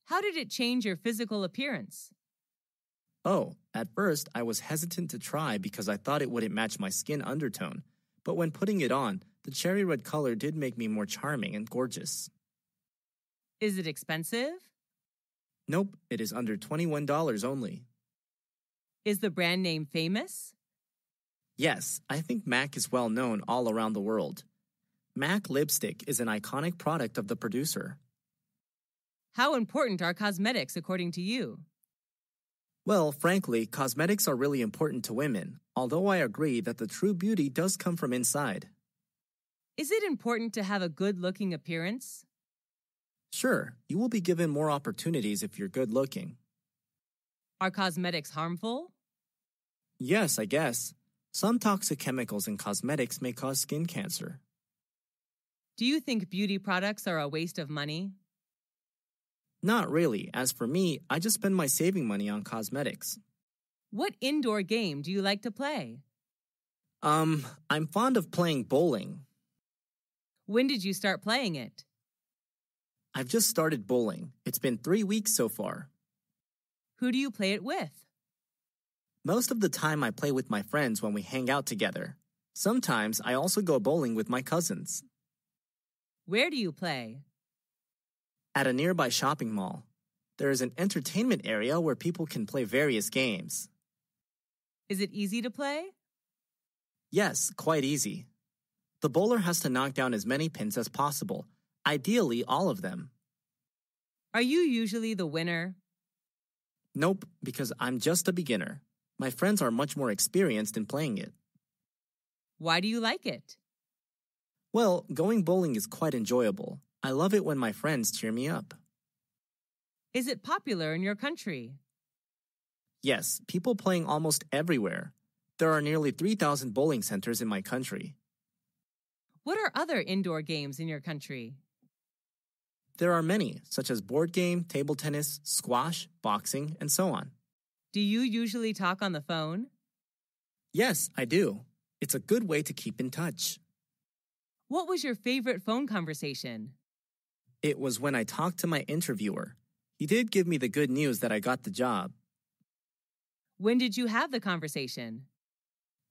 S1: How did it change your physical appearance?
S2: Oh, at first I was hesitant to try because I thought it wouldn't match my skin undertone, but when putting it on, the cherry red color did make me more charming and gorgeous.
S1: Is it expensive?
S2: Nope, it is under $21 only.
S1: Is the brand name famous?
S2: Yes, I think MAC is well known all around the world. MAC lipstick is an iconic product of the producer.
S1: How important are cosmetics according to you?
S2: Well, frankly, cosmetics are really important to women, although I agree that the true beauty does come from inside.
S1: Is it important to have a good looking appearance?
S2: Sure, you will be given more opportunities if you're good looking.
S1: Are cosmetics harmful?
S2: Yes, I guess. Some toxic chemicals in cosmetics may cause skin cancer.
S1: Do you think beauty products are a waste of money?
S2: Not really. As for me, I just spend my saving money on cosmetics.
S1: What indoor game do you like to play?
S2: Um, I'm fond of playing bowling.
S1: When did you start playing it?
S2: I've just started bowling. It's been three weeks so far.
S1: Who do you play it with?
S2: Most of the time, I play with my friends when we hang out together. Sometimes I also go bowling with my cousins
S1: Where do you play?
S2: at a nearby shopping mall. There is an entertainment area where people can play various games.
S1: Is it easy to play?
S2: Yes, quite easy. The bowler has to knock down as many pins as possible, ideally, all of them.
S1: Are you usually the winner?
S2: Nope, because I'm just a beginner. My friends are much more experienced in playing it.
S1: Why do you like it?
S2: Well, going bowling is quite enjoyable. I love it when my friends cheer me up.
S1: Is it popular in your country?
S2: Yes, people playing almost everywhere. There are nearly 3,000 bowling centers in my country.
S1: What are other indoor games in your country?
S2: There are many, such as board game, table tennis, squash, boxing, and so on.
S1: Do you usually talk on the phone?
S2: Yes, I do. It's a good way to keep in touch.
S1: What was your favorite phone conversation?
S2: It was when I talked to my interviewer. He did give me the good news that I got the job.
S1: When did you have the conversation?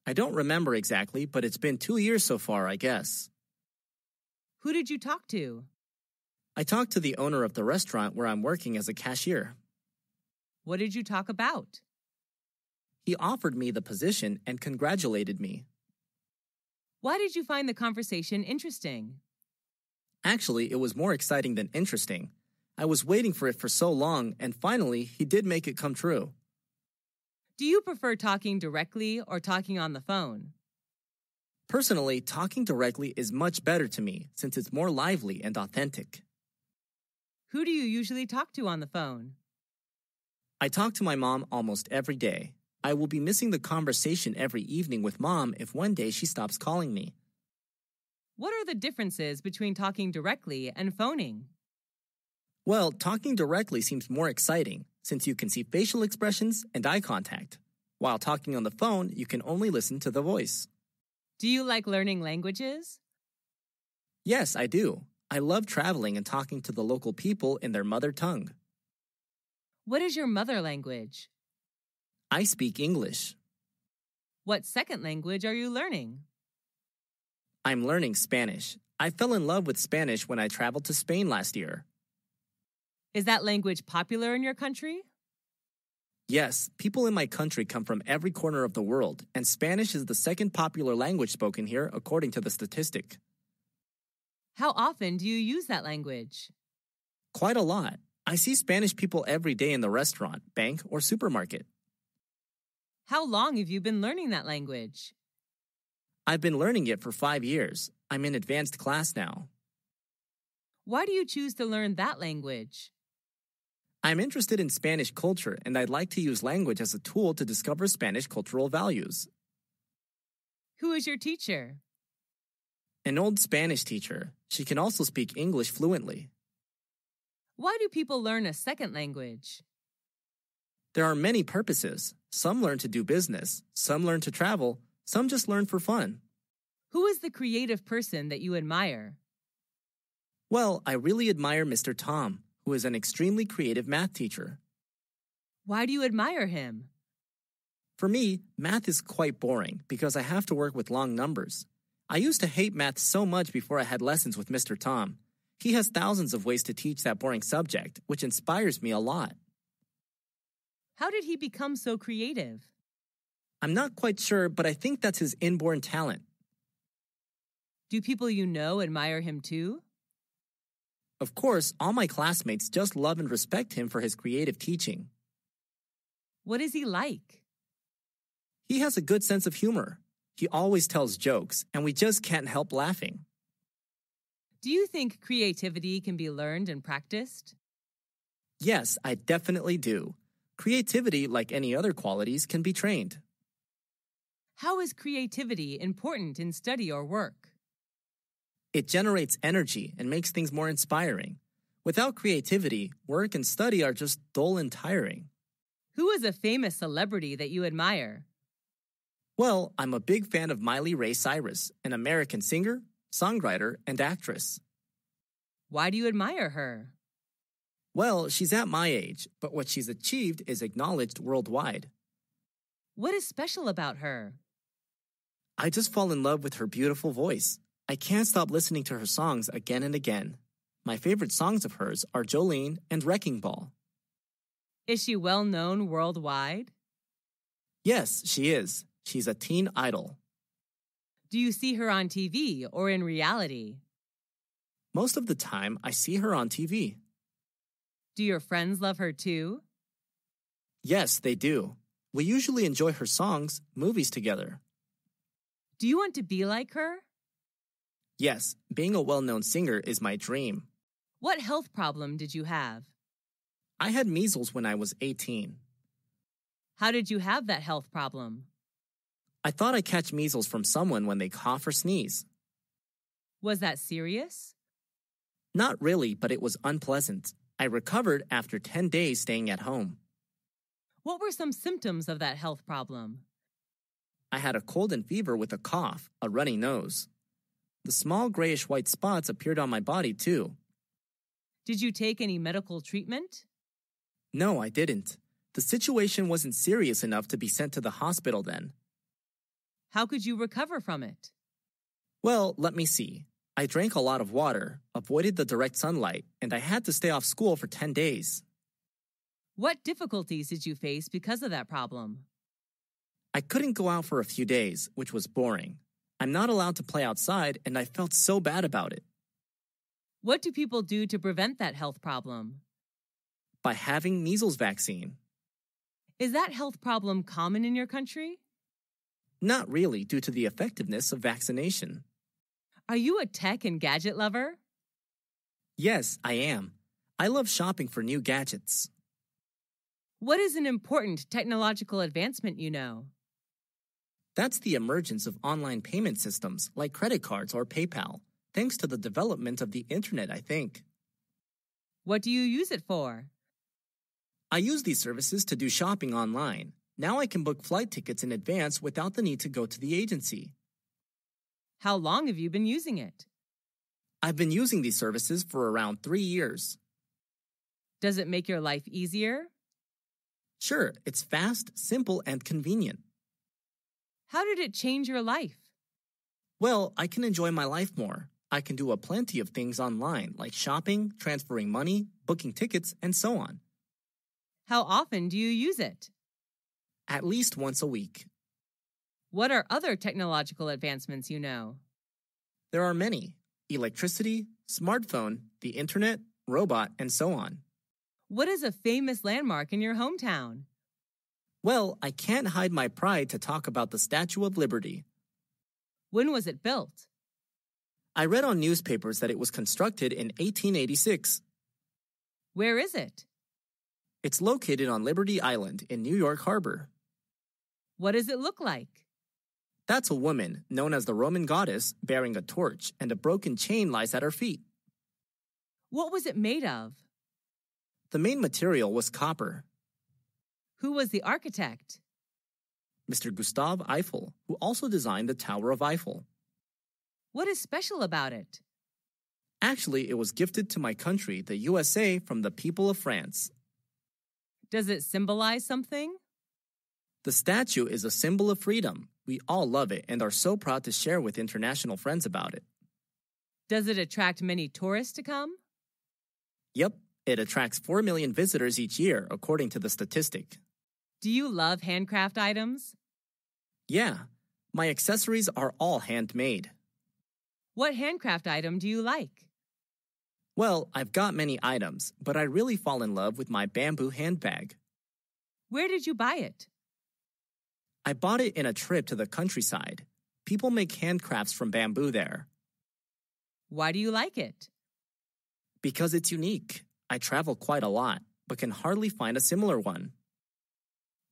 S2: I don't remember exactly, but it's been two years so far, I guess.
S1: Who did you talk to?
S2: I talked to the owner of the restaurant where I'm working as a cashier.
S1: What did you talk about?
S2: He offered me the position and congratulated me.
S1: Why did you find the conversation interesting?
S2: Actually, it was more exciting than interesting. I was waiting for it for so long, and finally, he did make it come true.
S1: Do you prefer talking directly or talking on the phone?
S2: Personally, talking directly is much better to me since it's more lively and authentic.
S1: Who do you usually talk to on the phone?
S2: I talk to my mom almost every day. I will be missing the conversation every evening with mom if one day she stops calling me.
S1: What are the differences between talking directly and phoning?
S2: Well, talking directly seems more exciting since you can see facial expressions and eye contact. While talking on the phone, you can only listen to the voice.
S1: Do you like learning languages?
S2: Yes, I do. I love traveling and talking to the local people in their mother tongue.
S1: What is your mother language?
S2: I speak English.
S1: What second language are you learning?
S2: I'm learning Spanish. I fell in love with Spanish when I traveled to Spain last year.
S1: Is that language popular in your country?
S2: Yes, people in my country come from every corner of the world, and Spanish is the second popular language spoken here according to the statistic.
S1: How often do you use that language?
S2: Quite a lot. I see Spanish people every day in the restaurant, bank, or supermarket.
S1: How long have you been learning that language?
S2: I've been learning it for five years. I'm in advanced class now.
S1: Why do you choose to learn that language?
S2: I'm interested in Spanish culture, and I'd like to use language as a tool to discover Spanish cultural values.
S1: Who is your teacher?
S2: An old Spanish teacher, she can also speak English fluently.
S1: Why do people learn a second language?
S2: There are many purposes. Some learn to do business, some learn to travel, some just learn for fun.
S1: Who is the creative person that you admire?
S2: Well, I really admire Mr. Tom, who is an extremely creative math teacher.
S1: Why do you admire him?
S2: For me, math is quite boring because I have to work with long numbers. I used to hate math so much before I had lessons with Mr. Tom. He has thousands of ways to teach that boring subject, which inspires me a lot.
S1: How did he become so creative?
S2: I'm not quite sure, but I think that's his inborn talent.
S1: Do people you know admire him too?
S2: Of course, all my classmates just love and respect him for his creative teaching.
S1: What is he like?
S2: He has a good sense of humor. He always tells jokes, and we just can't help laughing.
S1: Do you think creativity can be learned and practiced?
S2: Yes, I definitely do. Creativity, like any other qualities, can be trained.
S1: How is creativity important in study or work?
S2: It generates energy and makes things more inspiring. Without creativity, work and study are just dull and tiring.
S1: Who is a famous celebrity that you admire?
S2: Well, I'm a big fan of Miley Ray Cyrus, an American singer, songwriter, and actress.
S1: Why do you admire her?
S2: Well, she's at my age, but what she's achieved is acknowledged worldwide.
S1: What is special about her?
S2: I just fall in love with her beautiful voice. I can't stop listening to her songs again and again. My favorite songs of hers are Jolene and Wrecking Ball.
S1: Is she well known worldwide?
S2: Yes, she is. She's a teen idol.
S1: Do you see her on TV or in reality?
S2: Most of the time, I see her on TV.
S1: Do your friends love her too?
S2: Yes, they do. We usually enjoy her songs, movies together.
S1: Do you want to be like her?
S2: Yes, being a well known singer is my dream.
S1: What health problem did you have?
S2: I had measles when I was 18.
S1: How did you have that health problem?
S2: I thought I catch measles from someone when they cough or sneeze.
S1: Was that serious?
S2: Not really, but it was unpleasant. I recovered after 10 days staying at home.
S1: What were some symptoms of that health problem?
S2: I had a cold and fever with a cough, a runny nose. The small grayish white spots appeared on my body, too.
S1: Did you take any medical treatment?
S2: No, I didn't. The situation wasn't serious enough to be sent to the hospital then.
S1: How could you recover from it?
S2: Well, let me see. I drank a lot of water, avoided the direct sunlight, and I had to stay off school for 10 days.
S1: What difficulties did you face because of that problem?
S2: I couldn't go out for a few days, which was boring. I'm not allowed to play outside, and I felt so bad about it.
S1: What do people do to prevent that health problem?
S2: By having measles vaccine.
S1: Is that health problem common in your country?
S2: Not really, due to the effectiveness of vaccination.
S1: Are you a tech and gadget lover?
S2: Yes, I am. I love shopping for new gadgets.
S1: What is an important technological advancement you know?
S2: That's the emergence of online payment systems like credit cards or PayPal, thanks to the development of the internet, I think.
S1: What do you use it for?
S2: I use these services to do shopping online. Now I can book flight tickets in advance without the need to go to the agency.
S1: How long have you been using it?
S2: I've been using these services for around three years.
S1: Does it make your life easier?
S2: Sure, it's fast, simple, and convenient.
S1: How did it change your life?
S2: Well, I can enjoy my life more. I can do a plenty of things online, like shopping, transferring money, booking tickets, and so on.
S1: How often do you use it?
S2: At least once a week.
S1: What are other technological advancements you know?
S2: There are many electricity, smartphone, the internet, robot, and so on.
S1: What is a famous landmark in your hometown?
S2: Well, I can't hide my pride to talk about the Statue of Liberty.
S1: When was it built?
S2: I read on newspapers that it was constructed in 1886.
S1: Where is it?
S2: It's located on Liberty Island in New York Harbor.
S1: What does it look like?
S2: That's a woman, known as the Roman goddess, bearing a torch, and a broken chain lies at her feet.
S1: What was it made of?
S2: The main material was copper.
S1: Who was the architect?
S2: Mr. Gustave Eiffel, who also designed the Tower of Eiffel.
S1: What is special about it?
S2: Actually, it was gifted to my country, the USA, from the people of France.
S1: Does it symbolize something?
S2: The statue is a symbol of freedom. We all love it and are so proud to share with international friends about it.
S1: Does it attract many tourists to come?
S2: Yep, it attracts 4 million visitors each year, according to the statistic.
S1: Do you love handcraft items?
S2: Yeah, my accessories are all handmade.
S1: What handcraft item do you like?
S2: Well, I've got many items, but I really fall in love with my bamboo handbag.
S1: Where did you buy it?
S2: I bought it in a trip to the countryside. People make handcrafts from bamboo there.
S1: Why do you like it?
S2: Because it's unique. I travel quite a lot, but can hardly find a similar one.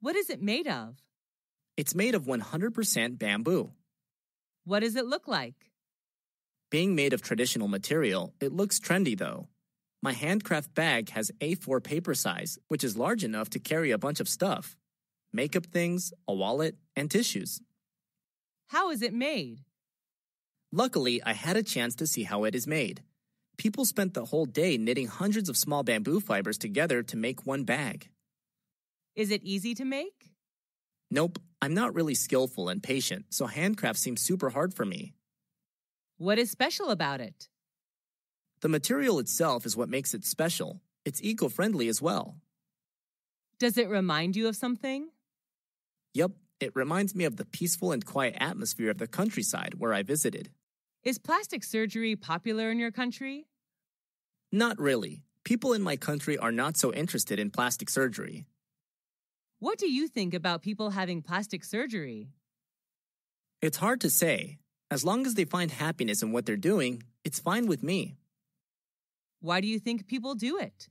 S1: What is it made of?
S2: It's made of 100% bamboo.
S1: What does it look like?
S2: Being made of traditional material, it looks trendy though. My handcraft bag has A4 paper size, which is large enough to carry a bunch of stuff makeup things, a wallet, and tissues.
S1: How is it made?
S2: Luckily, I had a chance to see how it is made. People spent the whole day knitting hundreds of small bamboo fibers together to make one bag.
S1: Is it easy to make?
S2: Nope, I'm not really skillful and patient, so handcraft seems super hard for me.
S1: What is special about it?
S2: The material itself is what makes it special. It's eco friendly as well.
S1: Does it remind you of something?
S2: Yep, it reminds me of the peaceful and quiet atmosphere of the countryside where I visited.
S1: Is plastic surgery popular in your country?
S2: Not really. People in my country are not so interested in plastic surgery.
S1: What do you think about people having plastic surgery?
S2: It's hard to say. As long as they find happiness in what they're doing, it's fine with me.
S1: Why do you think people do it?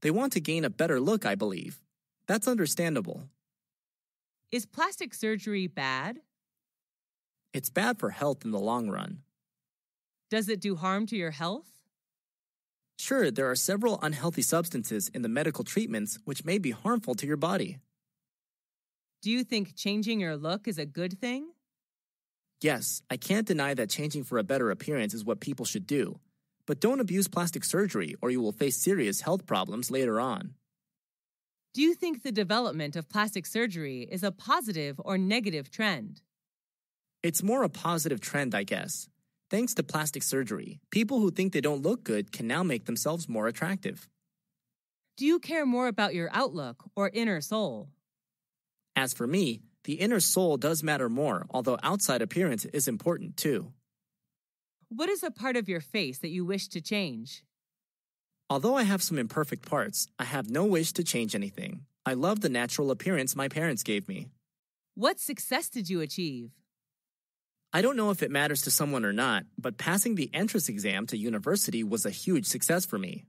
S2: They want to gain a better look, I believe. That's understandable.
S1: Is plastic surgery bad?
S2: It's bad for health in the long run.
S1: Does it do harm to your health?
S2: Sure, there are several unhealthy substances in the medical treatments which may be harmful to your body.
S1: Do you think changing your look is a good thing?
S2: Yes, I can't deny that changing for a better appearance is what people should do. But don't abuse plastic surgery or you will face serious health problems later on.
S1: Do you think the development of plastic surgery is a positive or negative trend?
S2: It's more a positive trend, I guess. Thanks to plastic surgery, people who think they don't look good can now make themselves more attractive.
S1: Do you care more about your outlook or inner soul?
S2: As for me, the inner soul does matter more, although outside appearance is important too.
S1: What is a part of your face that you wish to change?
S2: Although I have some imperfect parts, I have no wish to change anything. I love the natural appearance my parents gave me.
S1: What success did you achieve?
S2: I don't know if it matters to someone or not, but passing the entrance exam to university was a huge success for me.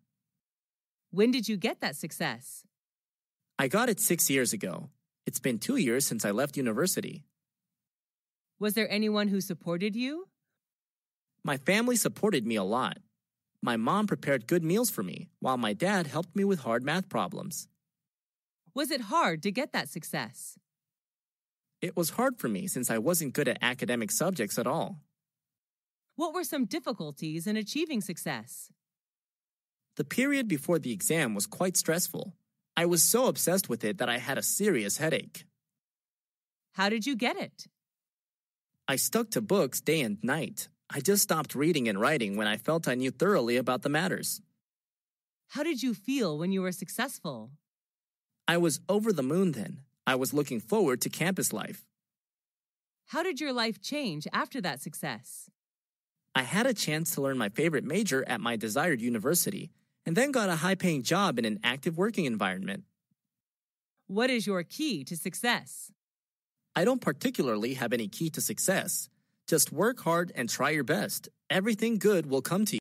S1: When did you get that success?
S2: I got it six years ago. It's been two years since I left university.
S1: Was there anyone who supported you?
S2: My family supported me a lot. My mom prepared good meals for me, while my dad helped me with hard math problems.
S1: Was it hard to get that success?
S2: It was hard for me since I wasn't good at academic subjects at all.
S1: What were some difficulties in achieving success?
S2: The period before the exam was quite stressful. I was so obsessed with it that I had a serious headache.
S1: How did you get it?
S2: I stuck to books day and night. I just stopped reading and writing when I felt I knew thoroughly about the matters.
S1: How did you feel when you were successful?
S2: I was over the moon then. I was looking forward to campus life.
S1: How did your life change after that success?
S2: I had a chance to learn my favorite major at my desired university and then got a high paying job in an active working environment.
S1: What is your key to success?
S2: I don't particularly have any key to success. Just work hard and try your best. Everything good will come to you.